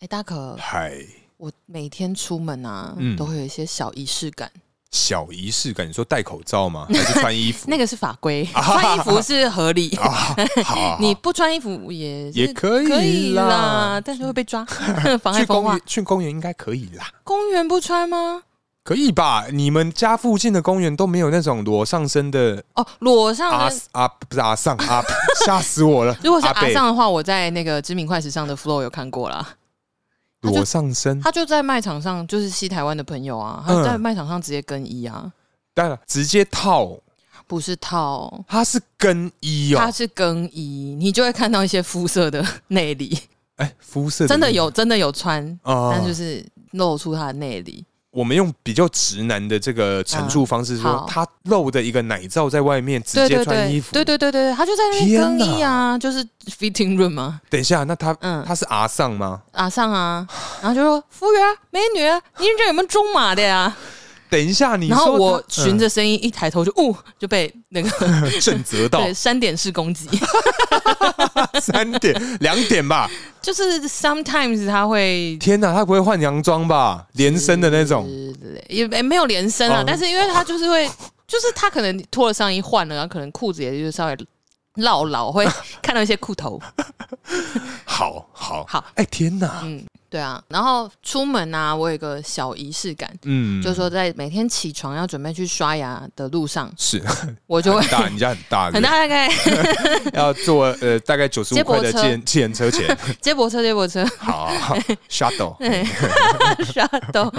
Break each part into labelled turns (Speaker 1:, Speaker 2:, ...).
Speaker 1: 哎，大可，
Speaker 2: 嗨，
Speaker 1: 我每天出门啊，
Speaker 2: 嗯
Speaker 1: 都会有一些小仪式感。
Speaker 2: 小仪式感，你说戴口 罩吗？还是穿衣服？
Speaker 1: 那个是法 规，穿衣服是合理。
Speaker 2: 啊，好啊，
Speaker 1: 你不穿衣服也是
Speaker 2: 也可以
Speaker 1: 可以
Speaker 2: 啦
Speaker 1: 啦，但是会被抓，妨
Speaker 2: 好去
Speaker 1: 碍风
Speaker 2: 公
Speaker 1: 化
Speaker 2: 园。去公园应该可以啦，
Speaker 1: 公园不穿吗？
Speaker 2: 可以吧？你们家附近的公园都没有那种裸上身的
Speaker 1: 哦，裸上
Speaker 2: 阿
Speaker 1: 身。
Speaker 2: 阿不是阿 上阿，吓死我了！
Speaker 1: 如果是
Speaker 2: 阿
Speaker 1: 阿
Speaker 2: 贝
Speaker 1: 上的话，我在那个知名快时尚的 Flow 有看过啦。他就
Speaker 2: 裸上身，
Speaker 1: 他就在卖场上，就是西台湾的朋友啊，他
Speaker 2: 嗯
Speaker 1: 在卖场上直接更衣啊，
Speaker 2: 当然直接套，
Speaker 1: 不是套，
Speaker 2: 它是更衣
Speaker 1: 他
Speaker 2: 哦，
Speaker 1: 是更衣，你就会看到一些肤色的 内里，
Speaker 2: 哎，肤色
Speaker 1: 真的
Speaker 2: 那个
Speaker 1: 有真的有穿，
Speaker 2: 啊
Speaker 1: 但就是露出他的内里。
Speaker 2: 我们用比较直男的这个陈述方式
Speaker 1: 啊
Speaker 2: 说
Speaker 1: 好，
Speaker 2: 他露的一个奶罩在外面，直
Speaker 1: 对
Speaker 2: 接
Speaker 1: 对
Speaker 2: 穿衣
Speaker 1: 对，
Speaker 2: 服。
Speaker 1: 对对对对，他就在那边
Speaker 2: 天
Speaker 1: 更
Speaker 2: 哪
Speaker 1: 衣啊，就是 fitting room 嘛、
Speaker 2: 等一下，那他
Speaker 1: 嗯
Speaker 2: 他是阿上吗？
Speaker 1: 啊上啊，然后就说服务员美女，您这有没有中码的呀？
Speaker 2: 等一下， 你
Speaker 1: 然后
Speaker 2: 说嗯
Speaker 1: 我
Speaker 2: 他
Speaker 1: 循着声音一抬头就呜、就被那个
Speaker 2: 嗯 正则到
Speaker 1: 对三点式攻击，
Speaker 2: 三点两点吧。
Speaker 1: 就是 sometimes 他会
Speaker 2: 天哪，他不会换洋装吧？连身的那种，
Speaker 1: 之类也也没有连身啊，
Speaker 2: 哦
Speaker 1: 但是因为他就是会，就是他可能脱了上衣换了，然后可能裤子也就是稍微绕牢，会 看到一些裤头。
Speaker 2: 好好
Speaker 1: 好，
Speaker 2: 哎，天哪，
Speaker 1: 嗯，对啊。然后出门啊，我有一个小仪式感，
Speaker 2: 嗯，
Speaker 1: 就是说在每天起床要准备去刷牙的路上，
Speaker 2: 是
Speaker 1: 我就会
Speaker 2: 很大，你家很大，
Speaker 1: 很大，大概
Speaker 2: 对不对，要坐呃大概九十
Speaker 1: 接
Speaker 2: 五
Speaker 1: 驳
Speaker 2: 块的
Speaker 1: 车
Speaker 2: 计计程车 钱。
Speaker 1: 接驳车接驳车
Speaker 2: 好好 shuttle，
Speaker 1: 嗯刷 到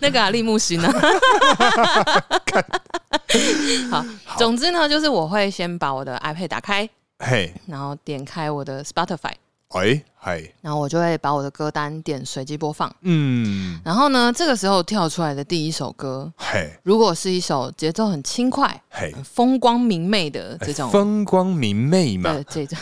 Speaker 1: 那个啊，利木心啊。 好，总之呢，就是我会先把我的 iPad 打开，
Speaker 2: 嘿，
Speaker 1: 然后点开我的 Spotify，
Speaker 2: 哎，嗨，
Speaker 1: 然后我就会把我的歌单点随机播放。
Speaker 2: 嗯，
Speaker 1: 然后呢，这个时候跳出来的第一首歌，
Speaker 2: 嘿，
Speaker 1: 如果是一首节奏很轻快、
Speaker 2: 嘿，
Speaker 1: 很风光明媚的
Speaker 2: 哎
Speaker 1: 这种，
Speaker 2: 风光明媚嘛
Speaker 1: 对，这种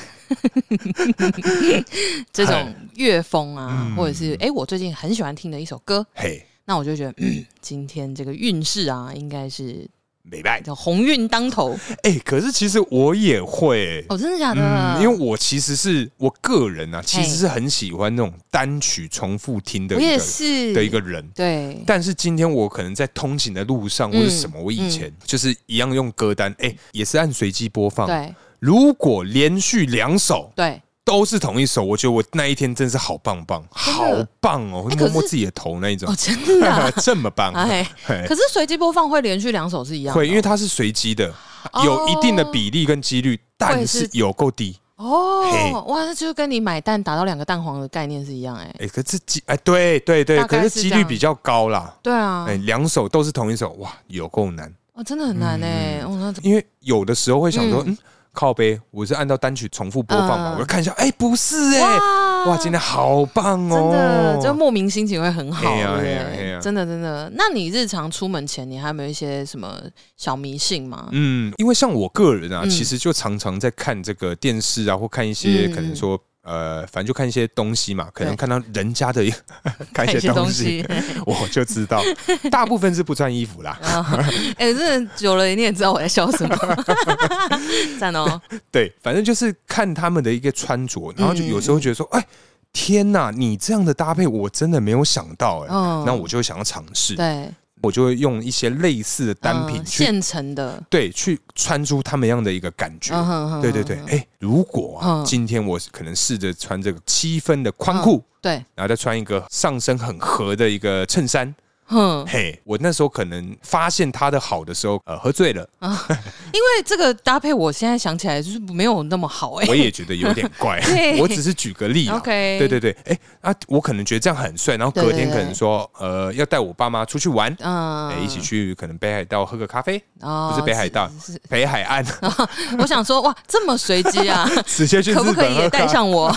Speaker 1: 这种乐风
Speaker 2: 嗯
Speaker 1: 啊，或者是哎、我最近很喜欢听的一首歌，
Speaker 2: 嘿，
Speaker 1: 那我就觉得，嗯，今天这个运势啊，应该是
Speaker 2: 美拜。
Speaker 1: 叫鸿运当头。
Speaker 2: 哎，可是其实我也会，
Speaker 1: 哦，真的假的？
Speaker 2: 嗯，因为我其实是我个人啊，其实是很喜欢那种单曲重复听的
Speaker 1: 我
Speaker 2: 一
Speaker 1: 也
Speaker 2: 个
Speaker 1: 是
Speaker 2: 的一个人。
Speaker 1: 对
Speaker 2: 但是今天我可能在通勤的路上或者什么，
Speaker 1: 嗯
Speaker 2: 我以前就是一样用歌单，哎、也是按随机播放。
Speaker 1: 对
Speaker 2: 如果连续两首
Speaker 1: 对，
Speaker 2: 都是同一首，我觉得我那一天真是好棒棒，
Speaker 1: 真的
Speaker 2: 好棒哦，会
Speaker 1: 哎可
Speaker 2: 摸
Speaker 1: 是
Speaker 2: 摸自己的头那一种。
Speaker 1: 哦，，真的、啊
Speaker 2: 这么棒。
Speaker 1: 哎，
Speaker 2: 嘿
Speaker 1: 可是随机播放会连续两首是一样的哦，
Speaker 2: 会，因为它是随机的，
Speaker 1: 哦
Speaker 2: 有一定的比例跟几率，但
Speaker 1: 会
Speaker 2: 是
Speaker 1: 是
Speaker 2: 有够低。嘿
Speaker 1: 哦，哇，那就跟你买蛋打到两个蛋黄的概念是一样哎、
Speaker 2: 哎、可是几哎，对对对，
Speaker 1: 大概
Speaker 2: 可是
Speaker 1: 是
Speaker 2: 几
Speaker 1: 这
Speaker 2: 率
Speaker 1: 样
Speaker 2: 比较高啦。
Speaker 1: 对啊，
Speaker 2: 哎、两首都是同一首，哇，有够难。
Speaker 1: 哦，真的很
Speaker 2: 嗯
Speaker 1: 难哎、哦，那怎么
Speaker 2: 因为有的时候会想说，
Speaker 1: 嗯
Speaker 2: 嗯，靠背，我是按照单曲重复播放嘛，
Speaker 1: 嗯
Speaker 2: 我就看一下，哎、不是哎、
Speaker 1: 哇
Speaker 2: 哇，今天好棒
Speaker 1: 真的就
Speaker 2: 哦！
Speaker 1: 莫名心情会很好，
Speaker 2: 嘿
Speaker 1: 对
Speaker 2: 呀
Speaker 1: 不
Speaker 2: 嘿呀嘿
Speaker 1: 对？
Speaker 2: 呀
Speaker 1: 真的真的。那你日常出门前，你还有没有一些什么小迷信吗？
Speaker 2: 嗯，因为像我个人啊，
Speaker 1: 嗯
Speaker 2: 其实就常常在看这个电视啊，或看一些
Speaker 1: 嗯
Speaker 2: 可能说。呃，反正就看一些东西嘛，可能
Speaker 1: 对
Speaker 2: 看到人家的一 看一
Speaker 1: 看一
Speaker 2: 些
Speaker 1: 些
Speaker 2: 东
Speaker 1: 东
Speaker 2: 西
Speaker 1: 西，
Speaker 2: 我就知道，大部分是不穿衣服啦。
Speaker 1: 啊，哎、真的久了你也知道我在笑 什么，赞哦，
Speaker 2: 对，反正就是看他们的一个穿着，然后就有时候觉得说，
Speaker 1: 嗯
Speaker 2: 哎、天呐，你这样的搭配我真的没有想到、哎、
Speaker 1: 嗯
Speaker 2: 那我就会想要尝试，
Speaker 1: 对，
Speaker 2: 我就会用一些类似的单品
Speaker 1: 嗯
Speaker 2: 去、
Speaker 1: 现成的，
Speaker 2: 对去穿出他们样的一个感觉。
Speaker 1: 嗯哼哼
Speaker 2: 对对对，
Speaker 1: 哼
Speaker 2: 哎、如果啊，
Speaker 1: 嗯
Speaker 2: 今天我可能试着穿这个七分的宽裤，
Speaker 1: 嗯对，
Speaker 2: 然后再穿一个上身很合的一个衬衫，
Speaker 1: 哼，
Speaker 2: 嘿，我那时候可能发现它的好的时候，呃，喝醉了，
Speaker 1: 因为这个搭配，我现在想起来就是没有那么好哎、
Speaker 2: 我也觉得有点怪
Speaker 1: 对，
Speaker 2: 我只是举个例啊。
Speaker 1: OK
Speaker 2: 对对对，哎、啊，我可能觉得这样很帅，然后隔
Speaker 1: 对对
Speaker 2: 天
Speaker 1: 对
Speaker 2: 可能说，呃，要带我爸妈出去玩，
Speaker 1: 嗯
Speaker 2: 哎、一起去可能北海道喝个咖啡，
Speaker 1: 哦
Speaker 2: 不是北海道， 北海岸，
Speaker 1: 我想说，哇，这么随机 啊，
Speaker 2: 直接去日
Speaker 1: 可
Speaker 2: 本
Speaker 1: 不可以也
Speaker 2: 喝
Speaker 1: 带
Speaker 2: 咖啡，
Speaker 1: 上我？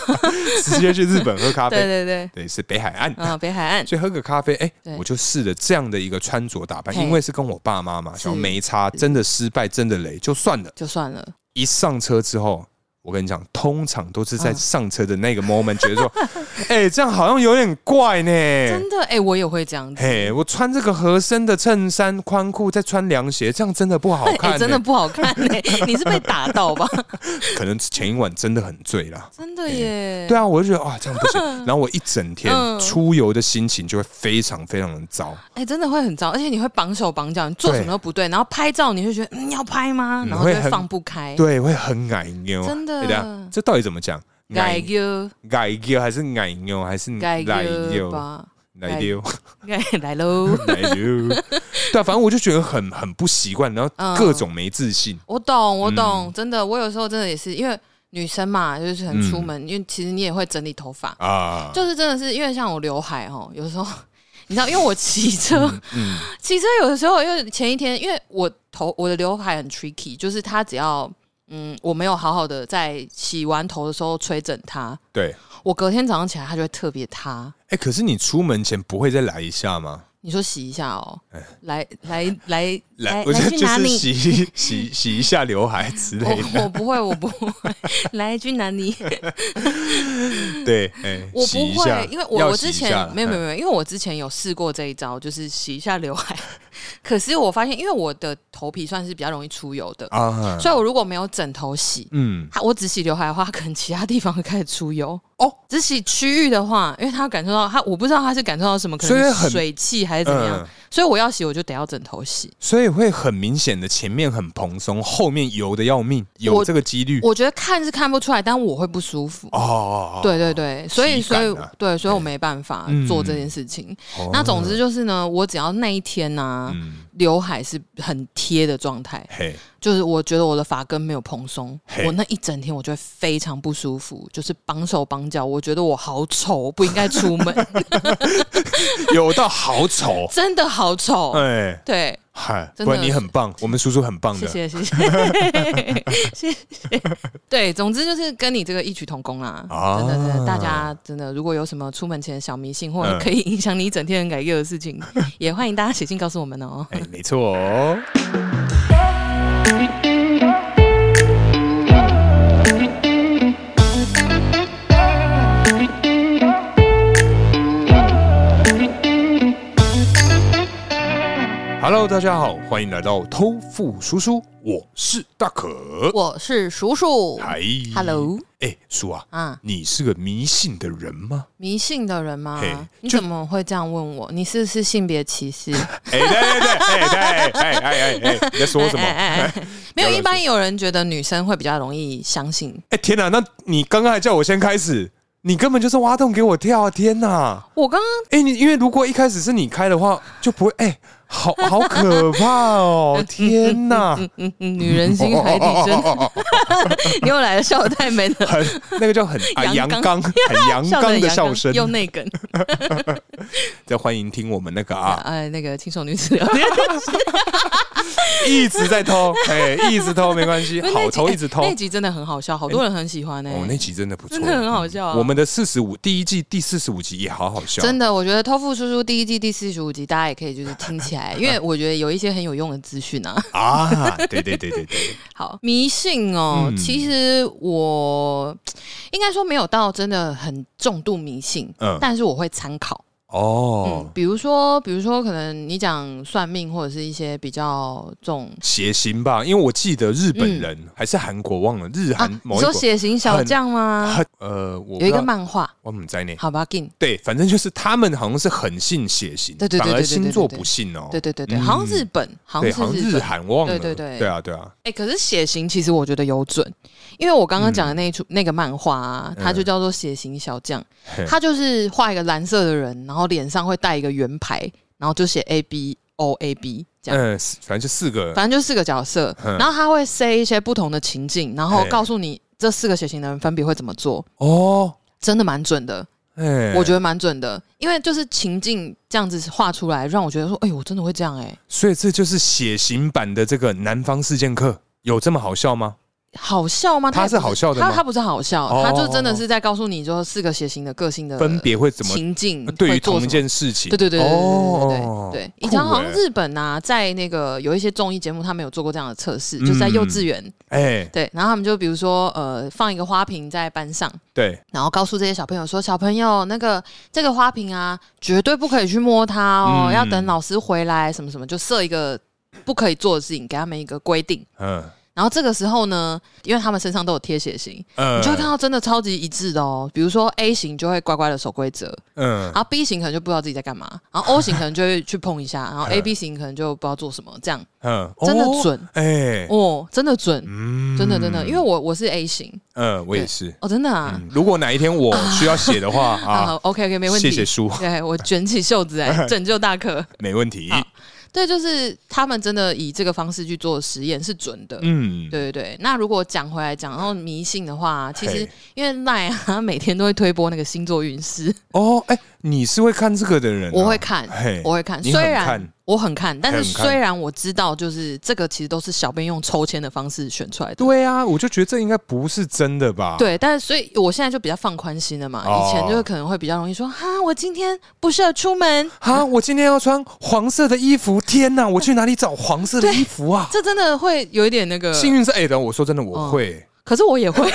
Speaker 2: 直接去日本喝咖啡，
Speaker 1: 对对 对，
Speaker 2: 对是北海岸。
Speaker 1: 嗯，北海岸，
Speaker 2: 所以喝个咖啡，哎、
Speaker 1: 对
Speaker 2: 我就试了这样的一个穿着打扮，
Speaker 1: 嘿
Speaker 2: 因为是跟我爸妈嘛，
Speaker 1: 是
Speaker 2: 想没差，真的失败，真的雷，就算了。
Speaker 1: 就算了。
Speaker 2: 一上车之后，我跟你讲，通常都
Speaker 1: 嗯
Speaker 2: 是在上车的那个 moment 觉得说， 哎、这样好像有点怪呢。
Speaker 1: 真的，哎、我也会这样子，
Speaker 2: 嘿我穿这个合身的衬衫、宽裤，再穿凉鞋，这样真的不好
Speaker 1: 哎、
Speaker 2: 看、呢。欸
Speaker 1: 真的不好看哎、 你是被打到吧？
Speaker 2: 可能前一晚真的很醉啦。
Speaker 1: 真的耶，
Speaker 2: 对啊，我就觉得啊，这样不 行。然后我一整天
Speaker 1: 嗯
Speaker 2: 出游的心情就会非常非常的糟。
Speaker 1: 哎、真的会很糟，而且你会绑手绑脚，你做
Speaker 2: 对
Speaker 1: 什么都不对，然后拍照你会觉得嗯要拍吗？
Speaker 2: 嗯
Speaker 1: 然后就
Speaker 2: 会
Speaker 1: 会
Speaker 2: 很
Speaker 1: 放不开，
Speaker 2: 对，会很矮妞。
Speaker 1: 嗯真的
Speaker 2: 哎等一下嗯这到底怎么讲？
Speaker 1: 改
Speaker 2: 矮
Speaker 1: 丢
Speaker 2: 矮妞还是矮妞还是
Speaker 1: 改
Speaker 2: 奶
Speaker 1: 丢
Speaker 2: 妞？
Speaker 1: 吧，
Speaker 2: 奶妞，
Speaker 1: 该来 喽。
Speaker 2: 奶妞。对啊，反正我就觉得很很不习惯，然后
Speaker 1: 嗯
Speaker 2: 各种没自信。
Speaker 1: 我懂，我懂，
Speaker 2: 嗯
Speaker 1: 真的，我有时候真的也是因为女生嘛，就是很出
Speaker 2: 嗯
Speaker 1: 门，因为其实你也会整理头发，
Speaker 2: 啊，
Speaker 1: 就是真的是因为像我刘海哦，有时候你知道，因为我骑车，
Speaker 2: 嗯
Speaker 1: 骑车有的时候因为前一天，因为我头我的刘海很 tricky，就是它只要嗯我没有好好的在洗完头的时候吹整它，
Speaker 2: 对。
Speaker 1: 我隔天早上起来它就会特别塌。
Speaker 2: 哎，可是你出门前不会再来一下吗？
Speaker 1: 你说洗一下哦， 来来来
Speaker 2: 来，我觉
Speaker 1: 来
Speaker 2: 得
Speaker 1: 去
Speaker 2: 就
Speaker 1: 哪
Speaker 2: 是
Speaker 1: 里？哦
Speaker 2: 洗 洗洗一下刘海之类的。
Speaker 1: 我我不会，我不会， 来去哪里？
Speaker 2: 对，哎，
Speaker 1: 我
Speaker 2: 洗
Speaker 1: 不
Speaker 2: 一下
Speaker 1: 会，因为我
Speaker 2: 要
Speaker 1: 我
Speaker 2: 洗
Speaker 1: 之
Speaker 2: 一
Speaker 1: 前
Speaker 2: 下嗯
Speaker 1: 没有没有没有，因为我之前有试过这一招，就是洗一下刘海。可是我发现，因为我的头皮算是比较容易出油的，
Speaker 2: 啊，
Speaker 1: 所以我如果没有整头洗，
Speaker 2: 嗯，
Speaker 1: 它我只洗刘海的话，它可能其他地方会开始出油。哦，只洗区域的话，因为它感受到它，我不知道它是感受到什么，可
Speaker 2: 所以
Speaker 1: 能
Speaker 2: 很
Speaker 1: 水汽还是怎么样，
Speaker 2: 嗯
Speaker 1: 所以我要洗我就得要整头洗。
Speaker 2: 所以会很明显的，前面很蓬松，后面油的要命，有
Speaker 1: 我
Speaker 2: 这个几率。
Speaker 1: 我觉得看是看不出来，但我会不舒服。
Speaker 2: 哦哦，哦，
Speaker 1: 对对对，所以
Speaker 2: 体
Speaker 1: 所
Speaker 2: 感
Speaker 1: 以
Speaker 2: 啊
Speaker 1: 对，所以我没办法
Speaker 2: 嗯
Speaker 1: 做这件事情。
Speaker 2: 哦
Speaker 1: 那总之，就是呢，我只要那一天呢、
Speaker 2: 嗯，
Speaker 1: 刘海是很贴的状态，
Speaker 2: 嘿，
Speaker 1: 就是我觉得我的发根没有蓬松
Speaker 2: 嘿，
Speaker 1: 我那一整天我就会非常不舒服，就是绑手绑脚，我觉得我好丑，我不应该出门，，
Speaker 2: 有到好丑
Speaker 1: 真的好 丑。
Speaker 2: 哎，
Speaker 1: 对，
Speaker 2: 嗨，
Speaker 1: 真的
Speaker 2: 不然你很棒，我们叔叔很棒
Speaker 1: 谢
Speaker 2: 的，
Speaker 1: 谢谢谢 谢谢。 对，总之就是跟你这个异曲同工啦。
Speaker 2: 啊
Speaker 1: 真的，真的，大家真的如果有什么出门前的小迷信，或者
Speaker 2: 嗯
Speaker 1: 可以影响你一整天的改革的事 情，也欢迎大家写信告诉我们哦。
Speaker 2: 哎，没错哦。Hello，大家好，欢迎来到偷富叔叔，我是大可。
Speaker 1: 我是叔叔
Speaker 2: 嗨
Speaker 1: ，Hello
Speaker 2: 哎、叔啊，
Speaker 1: 啊，
Speaker 2: 你是个迷信的人吗？
Speaker 1: 迷信的人吗
Speaker 2: 嘿？
Speaker 1: 你
Speaker 2: 就
Speaker 1: 怎么会这样问我？你是不是性别歧 视？
Speaker 2: 哎、对对对，哎对，哎哎哎哎，你在说什么？
Speaker 1: 哎
Speaker 2: 哎、
Speaker 1: 哎哎哎没有，
Speaker 2: 不要乱说
Speaker 1: 一般有人觉得女生会比较容易相信。
Speaker 2: 哎天哪，那你刚刚还叫我先开始，你根本就是挖洞给我跳啊！天哪，
Speaker 1: 我刚
Speaker 2: 哎、你因为如果一开始是你开的话，就不会，哎、好好可 怕
Speaker 1: 嗯
Speaker 2: 哦！天哪，
Speaker 1: 刚嗯女人心海底 针，
Speaker 2: 哦哦哦
Speaker 1: 你又来了，笑得太美了。
Speaker 2: 很那个叫很啊阳
Speaker 1: 阳
Speaker 2: 刚，很阳刚的笑声。
Speaker 1: 又内 梗。
Speaker 2: 再欢迎听我们那个啊，
Speaker 1: 哎，那个轻手女 子聊天，
Speaker 2: 一直在偷，哎、一直偷没关系，
Speaker 1: 因为
Speaker 2: 好
Speaker 1: 那集
Speaker 2: 偷一直偷
Speaker 1: 哎。那集真的很好笑，好多人很喜欢呢。欸
Speaker 2: 哦，那集真的不错，
Speaker 1: 真的很好笑啊
Speaker 2: 我们的四十五第一季第四十五集也好好笑，
Speaker 1: 真的，我觉得《偷富叔叔》第一季第四十五集，大家也可以就是听起来，因为我觉得有一些很有用的资讯啊。
Speaker 2: 啊！对对对对对，
Speaker 1: 好，迷信哦，
Speaker 2: 嗯
Speaker 1: 其实我应该说没有到真的很重度迷信，
Speaker 2: 嗯
Speaker 1: 但是我会参考。嗯
Speaker 2: 哦，，
Speaker 1: 比如说，比如说，可能你讲算命或者是一些比较重
Speaker 2: 血型吧，因为我记得日本人还是韩国忘了，日
Speaker 1: 嗯啊
Speaker 2: 韩，
Speaker 1: 你
Speaker 2: 某一
Speaker 1: 说
Speaker 2: 国
Speaker 1: 血型小将吗？
Speaker 2: 很呃，我
Speaker 1: 有一
Speaker 2: 不知
Speaker 1: 个
Speaker 2: 道，
Speaker 1: 漫画，
Speaker 2: 我们在内，
Speaker 1: 好吧，Gin，
Speaker 2: 对，反正就是他们好像是很信血型，
Speaker 1: 对对对
Speaker 2: 反
Speaker 1: 对
Speaker 2: 而
Speaker 1: 对
Speaker 2: 星座
Speaker 1: 对对
Speaker 2: 不信哦，
Speaker 1: 对对对对，
Speaker 2: 嗯
Speaker 1: 好像日本，好
Speaker 2: 对，
Speaker 1: 像
Speaker 2: 好
Speaker 1: 是
Speaker 2: 像日
Speaker 1: 本。
Speaker 2: 韩忘了，
Speaker 1: 对对对
Speaker 2: 对啊对啊，
Speaker 1: 哎、可是血型其实我觉得有准，因为我刚刚讲的那一出、那个漫画啊，它就
Speaker 2: 嗯
Speaker 1: 叫做《血型小将》，
Speaker 2: 嘿
Speaker 1: 他就是画一个蓝色的人，然后脸上会带一个圆牌，然后就写 A B O A B 这样。
Speaker 2: 嗯，反正就四个，
Speaker 1: 反正就四个角色，
Speaker 2: 嗯
Speaker 1: 然后他会塞一些不同的情境，然后
Speaker 2: 嘿
Speaker 1: 告诉你这四个血型的人分别会怎么做，
Speaker 2: 哦，
Speaker 1: 真的蛮准的，
Speaker 2: 哎
Speaker 1: 我觉得蛮准的，因为就是情境这样子画出来，让我觉得说，哎呦，我真的会这样哎、
Speaker 2: 所以这就是血型版的这个南方四剑客，有这么好笑吗？
Speaker 1: 好笑吗？
Speaker 2: 他
Speaker 1: 也
Speaker 2: 是
Speaker 1: 不
Speaker 2: 好笑的
Speaker 1: 他
Speaker 2: 吗
Speaker 1: 他不是好笑，
Speaker 2: 哦
Speaker 1: 他就真的是在告诉你说四个血型的个性的
Speaker 2: 分别会怎么呃
Speaker 1: 情境
Speaker 2: 对于
Speaker 1: 呃会做
Speaker 2: 同
Speaker 1: 什
Speaker 2: 一
Speaker 1: 么
Speaker 2: 件事情？
Speaker 1: 对对对对对对
Speaker 2: 哦
Speaker 1: 对对，以前好像
Speaker 2: 酷欸
Speaker 1: 日本啊，在那个有一些综艺节目，他们有做过这样的测试，就是在幼稚园，
Speaker 2: 哎，
Speaker 1: 对，然后他们就比如说呃，放一个花瓶在班上，
Speaker 2: 对，
Speaker 1: 然后告诉这些小朋友说，小朋友那个这个花瓶啊，绝对不可以去摸它哦，
Speaker 2: 嗯
Speaker 1: 要等老师回来什么什么，就设一个不可以做的事情，给他们一个规定。
Speaker 2: 嗯
Speaker 1: 然后这个时候呢，因为他们身上都有贴血型，
Speaker 2: 嗯
Speaker 1: 你就会看到真的超级一致的哦。比如说 A 型就会乖乖的守规则，
Speaker 2: 嗯
Speaker 1: 然后 B 型可能就不知道自己在干嘛，然后 O 型可能就会去碰一下，然后 A、B 型可能就不知道做什么， 这样
Speaker 2: 嗯，
Speaker 1: 啊真的
Speaker 2: 哦，
Speaker 1: 准
Speaker 2: 哎，
Speaker 1: 哦，真的准，
Speaker 2: 嗯
Speaker 1: 真的真的，因为我我是 A 型
Speaker 2: 嗯，我也
Speaker 1: 对
Speaker 2: 是。
Speaker 1: 哦，真的啊
Speaker 2: 嗯如果哪一天我需要写 的话
Speaker 1: 啊
Speaker 2: 啊，
Speaker 1: ，OK OK 没问题，
Speaker 2: 谢谢书，
Speaker 1: 对我卷起袖子 来拯救大可，
Speaker 2: 没问题。
Speaker 1: 好对，就是他们真的以这个方式去做实验是准的。
Speaker 2: 嗯，
Speaker 1: 对对对，那如果讲回来讲到迷信的话，其实
Speaker 2: 嘿
Speaker 1: 因为赖啊，他每天都会推播那个星座运势，
Speaker 2: 哦，哎，你是会看这个的人啊？
Speaker 1: 我会看，
Speaker 2: 嘿，
Speaker 1: 我会看，
Speaker 2: 你
Speaker 1: 虽
Speaker 2: 很
Speaker 1: 然
Speaker 2: 看
Speaker 1: 我很看，但是
Speaker 2: 很看
Speaker 1: 虽然我知道，就是这个其实都是小编用抽签的方式选出来的。
Speaker 2: 对啊，我就觉得这应该不是真的吧？，
Speaker 1: 对，但是所以我现在就比较放宽心了嘛。
Speaker 2: 啊哦
Speaker 1: 以前就是可能会比较容易说，哈，我今天不适合出门，
Speaker 2: 啊，我今天要穿黄色的衣服，天 哪，我去哪里找黄色的衣服啊？
Speaker 1: 这真的会有一点那个。
Speaker 2: 幸运是哎的，我说真的，我会，
Speaker 1: 可是我也 会，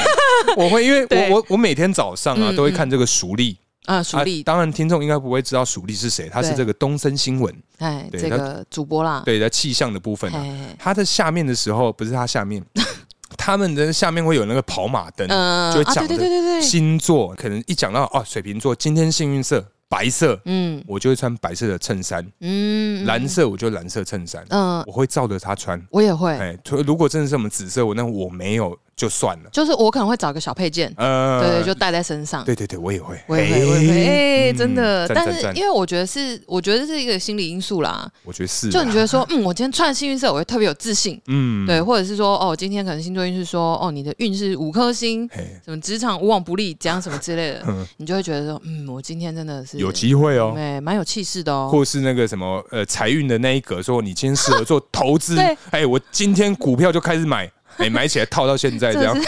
Speaker 2: 我会，因 为
Speaker 1: 对
Speaker 2: 我我我每天早上啊
Speaker 1: 嗯
Speaker 2: 都会看这个熟历，
Speaker 1: 啊，属
Speaker 2: 啊
Speaker 1: 力，
Speaker 2: 当然听众应该不会知道熟历是谁，他是
Speaker 1: 对
Speaker 2: 这个东森新闻
Speaker 1: 哎，
Speaker 2: 对
Speaker 1: 这个主播啦，
Speaker 2: 对在气象的部分啊，
Speaker 1: 哎，
Speaker 2: 它的下面的时候不是它下 面，他们的下面会有那个跑马灯，
Speaker 1: 嗯
Speaker 2: 就会
Speaker 1: 啊，
Speaker 2: 讲
Speaker 1: 对对对
Speaker 2: 的
Speaker 1: 对对，
Speaker 2: 星座，可能一讲到哦，水瓶座今天幸运色白色，
Speaker 1: 嗯
Speaker 2: 我就会穿白色的衬衫，
Speaker 1: 嗯，
Speaker 2: 蓝色我就蓝色衬衫，
Speaker 1: 嗯，
Speaker 2: 我会照着它穿。
Speaker 1: 我也会，
Speaker 2: 哎，除如果真的是我们紫色，我那我没有就算了。
Speaker 1: 就是我可能会找个小配件，
Speaker 2: 呃，
Speaker 1: 对对，就带在身上。
Speaker 2: 对对对，我也会，
Speaker 1: 我也会，我也会，哎、
Speaker 2: 嗯
Speaker 1: 真的，
Speaker 2: 赞
Speaker 1: 但
Speaker 2: 赞
Speaker 1: 是
Speaker 2: 赞
Speaker 1: 因为我觉得是，我觉得是一个心理因素啦。
Speaker 2: 我觉得是啊，
Speaker 1: 就你觉得说，嗯，我今天穿幸运色，我会特别有自信，
Speaker 2: 嗯，
Speaker 1: 对，或者是说，哦，今天可能星座运势说，哦，你的运势五颗星，
Speaker 2: 嘿，
Speaker 1: 什么职场无往不利，讲什么之类的
Speaker 2: 嗯，
Speaker 1: 你就会觉得说，嗯，我今天真的是
Speaker 2: 有机会哦，
Speaker 1: 哎，蛮有气势的哦。
Speaker 2: 或是那个什么呃财运的那一格，说你今天适合做投 资
Speaker 1: 对，
Speaker 2: 哎，我今天股票就开始买，哎，买起来套到现在
Speaker 1: 这
Speaker 2: 这 样
Speaker 1: 个，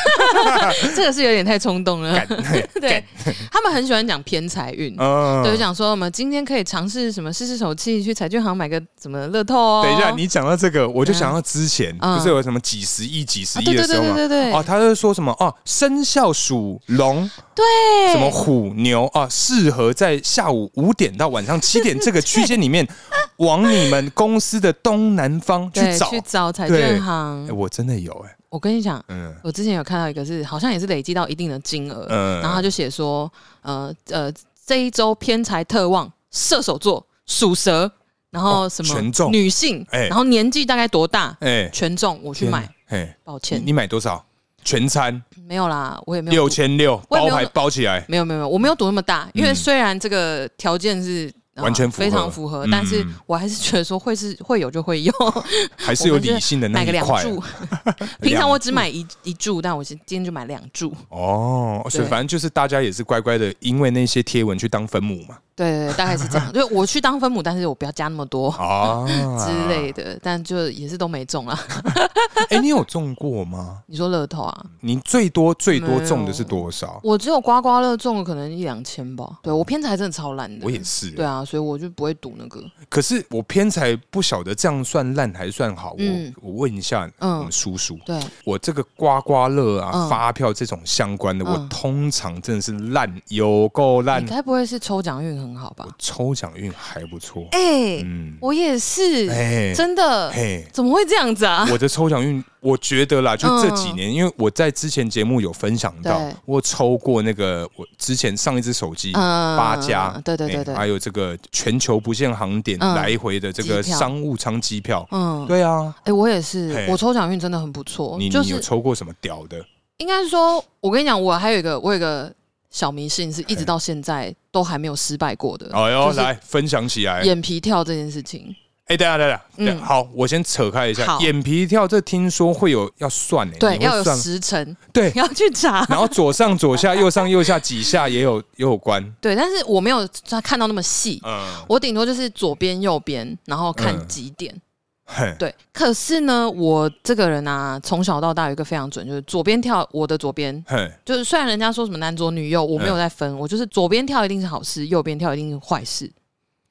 Speaker 1: 是这个是有点太冲动了
Speaker 2: 干，嘿
Speaker 1: 对他们很喜欢讲偏财运。
Speaker 2: 嗯
Speaker 1: 对，就讲说我们今天可以尝试什么试试手气，去彩券行买个什么乐透哦。
Speaker 2: 等一下，你讲到这个，我就
Speaker 1: 嗯
Speaker 2: 想到之前
Speaker 1: 嗯
Speaker 2: 不是有什么几十亿、几十
Speaker 1: 啊，
Speaker 2: 亿
Speaker 1: 对
Speaker 2: 的
Speaker 1: 对
Speaker 2: 时
Speaker 1: 对
Speaker 2: 候
Speaker 1: 对
Speaker 2: 吗？
Speaker 1: 对对，
Speaker 2: 哦，他就说什么哦，生肖属龙，
Speaker 1: 对，
Speaker 2: 什么虎牛啊，适合在下午五点到晚上七点这个区间里面，往你们公司的东南方去
Speaker 1: 对
Speaker 2: 找。啊
Speaker 1: 去找彩
Speaker 2: 对
Speaker 1: 券
Speaker 2: 哎，
Speaker 1: 行。
Speaker 2: 我真的有哎，
Speaker 1: 我跟你讲，
Speaker 2: 嗯
Speaker 1: 我之前有看到一个是好像也是累积到一定的金额，
Speaker 2: 嗯，
Speaker 1: 然后他就写说，呃呃，这一周偏财特旺，射手座、属蛇，然后
Speaker 2: 哦
Speaker 1: 什么、
Speaker 2: 全中
Speaker 1: 女性，
Speaker 2: 哎
Speaker 1: 然后年纪大概多大，
Speaker 2: 哎
Speaker 1: 全中我去
Speaker 2: 天
Speaker 1: 买，
Speaker 2: 哎，
Speaker 1: 抱
Speaker 2: 你
Speaker 1: 歉
Speaker 2: 你买多少？全餐
Speaker 1: 没有啦，我也没有
Speaker 2: 六千六，
Speaker 1: 我也
Speaker 2: 包
Speaker 1: 没有
Speaker 2: 牌包起来，
Speaker 1: 没有没有没有，我没有赌那么大，因为
Speaker 2: 嗯
Speaker 1: 虽然这个条件是。呃
Speaker 2: 完全符合
Speaker 1: 非常符合，
Speaker 2: 嗯
Speaker 1: 但是我还是觉得说会是会有就会 有，
Speaker 2: 还是有理性的那
Speaker 1: 买个
Speaker 2: 一
Speaker 1: 两
Speaker 2: 块
Speaker 1: 注。平常我只买一一注，但我今天就买两注。
Speaker 2: 哦。所以
Speaker 1: 对
Speaker 2: 反正就是大家也是乖乖的，因为那些贴文去当分母嘛。
Speaker 1: 对对对，大概是这 样。就是我去当分母，但是我不要加那么多
Speaker 2: 啊
Speaker 1: 之类的，但就也是都没中 啦。
Speaker 2: 哎、你有中过吗？
Speaker 1: 你说乐透啊，
Speaker 2: 你最多最多中的是多少？
Speaker 1: 我只有刮刮乐中了可能一两千吧。对我偏财真的超烂的，
Speaker 2: 我也是、
Speaker 1: 对啊，所以我就不会赌那个。
Speaker 2: 可是我偏才不晓得这样算烂还算好。
Speaker 1: 嗯
Speaker 2: 我我问一下我
Speaker 1: 嗯
Speaker 2: 们，叔叔，
Speaker 1: 对，
Speaker 2: 我这个刮刮乐啊、
Speaker 1: 嗯
Speaker 2: 发票这种相关的，
Speaker 1: 嗯
Speaker 2: 我通常真的是烂，有够烂
Speaker 1: 你。该不会是抽奖运很好吧？
Speaker 2: 抽奖运还不错，
Speaker 1: 哎，
Speaker 2: 嗯，
Speaker 1: 我也是，
Speaker 2: 哎
Speaker 1: 真的，
Speaker 2: 嘿，
Speaker 1: 怎么会这样子啊？
Speaker 2: 我的抽奖运，我觉得啦，就这几
Speaker 1: 嗯
Speaker 2: 年，因为我在之前节目有分享到
Speaker 1: 对，
Speaker 2: 我抽过那个我之前上一只手机
Speaker 1: 嗯
Speaker 2: 八加，
Speaker 1: 对对对
Speaker 2: 哎
Speaker 1: 对
Speaker 2: 还有这个全球不限航点
Speaker 1: 嗯
Speaker 2: 来回的这个
Speaker 1: 机票
Speaker 2: 商务舱机票，
Speaker 1: 嗯，
Speaker 2: 对啊，
Speaker 1: 哎，我也是
Speaker 2: 嘿，
Speaker 1: 我抽奖运真的很不错
Speaker 2: 你，
Speaker 1: 就
Speaker 2: 你有
Speaker 1: 是
Speaker 2: 抽过什么屌的？
Speaker 1: 应该是说，我跟你讲，我还有一个，我有一个小迷信，是一直到现在都还没有失败过的。
Speaker 2: 哎
Speaker 1: 呃就
Speaker 2: 呦，
Speaker 1: 是
Speaker 2: 来分享起来。
Speaker 1: 眼皮跳这件事情，
Speaker 2: 哎，等一下等一下等一
Speaker 1: 嗯
Speaker 2: 下，好，我先扯开一下，
Speaker 1: 好
Speaker 2: 眼皮跳这听说会有要算哎，
Speaker 1: 对，
Speaker 2: 你会
Speaker 1: 要有
Speaker 2: 算
Speaker 1: 时辰，，
Speaker 2: 对嗯
Speaker 1: 要去查。
Speaker 2: 然 后左上左下右上右下几下也有也有关，
Speaker 1: 对，但是我没有看到那么细，
Speaker 2: 嗯
Speaker 1: 我顶多就是左边右边，然后看
Speaker 2: 嗯
Speaker 1: 几点，
Speaker 2: 嘿，
Speaker 1: 对，可是呢，我这个人啊，从小到大有一个非常准，就是左边跳我的左边，
Speaker 2: 嘿，
Speaker 1: 就是虽然人家说什么男左女右，我没有在
Speaker 2: 嗯
Speaker 1: 分，我就是左边跳一定是好事，右边跳一定是坏事，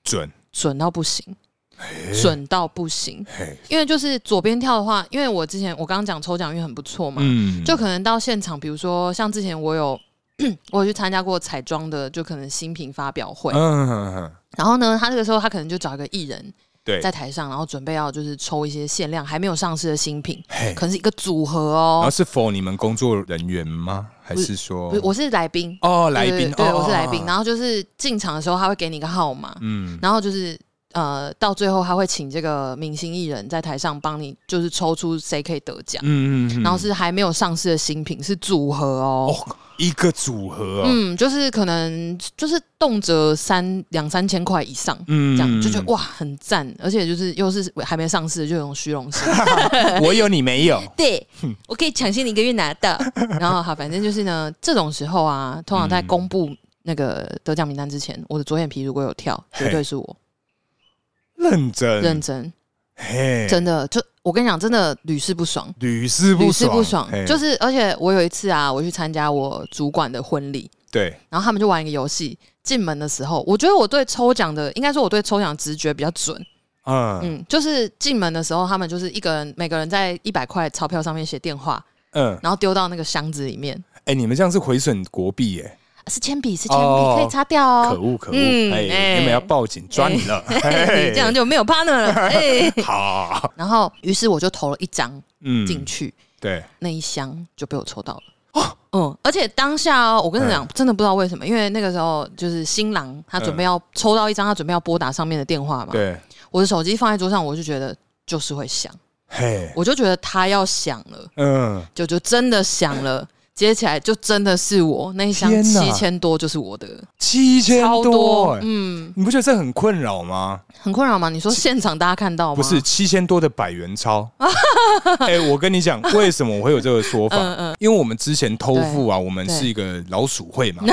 Speaker 2: 准，
Speaker 1: 准到不行，
Speaker 2: 嘿，
Speaker 1: 准到不行。
Speaker 2: 嘿，
Speaker 1: 因为就是左边跳的话，因为我之前我刚刚讲抽奖运很不错嘛，
Speaker 2: 嗯，
Speaker 1: 就可能到现场，比如说像之前我有 我有去参加过彩妆的，就可能新品发表会，
Speaker 2: 嗯哼哼，
Speaker 1: 然后呢，他那个时候他可能就找一个艺人
Speaker 2: 对，
Speaker 1: 在台上，然后准备要就是抽一些限量还没有上市的新品，
Speaker 2: 嘿，
Speaker 1: 可能是一个组合
Speaker 2: 然后
Speaker 1: 哦。
Speaker 2: 是否你们工作人员吗？还是说
Speaker 1: 不是，我是来宾，
Speaker 2: 哦，来
Speaker 1: 对
Speaker 2: 宾，
Speaker 1: 对，对
Speaker 2: 哦
Speaker 1: 我是来宾。
Speaker 2: 哦
Speaker 1: 然后就是进场的时候，他会给你一个号码，
Speaker 2: 嗯，
Speaker 1: 然后就是呃，到最后他会请这个明星艺人在台上帮你，就是抽出谁可以得奖。
Speaker 2: 嗯嗯，嗯
Speaker 1: 然后是还没有上市的新品，是组合哦。
Speaker 2: 哦，一个组合哦，
Speaker 1: 嗯，就是可能就是动辄三两三千块以上，
Speaker 2: 嗯，
Speaker 1: 这样就觉得哇很赞，而且就是又是还没上市的就有种虚荣心，
Speaker 2: 哇，嗯我有你没有，
Speaker 1: 对我可以抢先你一个月拿到。然后好，反正就是呢，这种时候啊，通常在
Speaker 2: 嗯
Speaker 1: 公布那个得奖名单之前，我的左眼皮如果有跳，
Speaker 2: 嘿
Speaker 1: 绝对是我
Speaker 2: 认真，
Speaker 1: 认真，
Speaker 2: 嘿，
Speaker 1: 真的就我跟你讲，真的屡试不爽。
Speaker 2: 屡试不
Speaker 1: 屡试
Speaker 2: 爽，
Speaker 1: 不爽，
Speaker 2: 嘿
Speaker 1: 就是而且我有一次啊，我去参加我主管的婚礼，
Speaker 2: 对，
Speaker 1: 然后他们就玩一个游戏。进门的时候，我觉得我对抽奖的，应该说我对抽奖直觉比较准。
Speaker 2: 嗯
Speaker 1: 嗯，就是进门的时候，他们就是一个人，每个人在一百块钞票上面写电话，
Speaker 2: 嗯，
Speaker 1: 然后丢到那个箱子里面，
Speaker 2: 哎，你们这样是毁损国币耶，
Speaker 1: 是铅笔，是铅笔，
Speaker 2: 哦
Speaker 1: 可以擦掉
Speaker 2: 可
Speaker 1: 哦。
Speaker 2: 恶可恶，
Speaker 1: 嗯
Speaker 2: 哎，
Speaker 1: 哎
Speaker 2: 你们要报警抓你了，嘿
Speaker 1: 你这样就没有 partner 了。哎
Speaker 2: 好，
Speaker 1: 然后，于是我就投了一张
Speaker 2: 嗯，
Speaker 1: 进去，
Speaker 2: 对，
Speaker 1: 那一箱就被我抽到了。哦，嗯，而且当下哦、我跟你讲，
Speaker 2: 哎
Speaker 1: 真的不知道为什么，因为那个时候就是新郎他准备要抽到一张，他准备要拨打上面的电话嘛。
Speaker 2: 哎对，
Speaker 1: 我的手机放在桌上，我就觉得就是会响，
Speaker 2: 嘿，
Speaker 1: 我就觉得他要响了，
Speaker 2: 嗯，
Speaker 1: 就就真的响了，接起来就真的是我那一箱
Speaker 2: 哎天哪
Speaker 1: 七千多就是我的，
Speaker 2: 七千
Speaker 1: 超
Speaker 2: 多，哎
Speaker 1: 嗯，
Speaker 2: 你不觉得这很困扰吗？
Speaker 1: 很困扰吗？你说现场大家看到吗？
Speaker 2: 不是，七千多的百元 钞。哎、我跟你讲，为什么我会有这个说
Speaker 1: 嗯
Speaker 2: 法？因为我们之前偷富啊，我们是一个老鼠会嘛，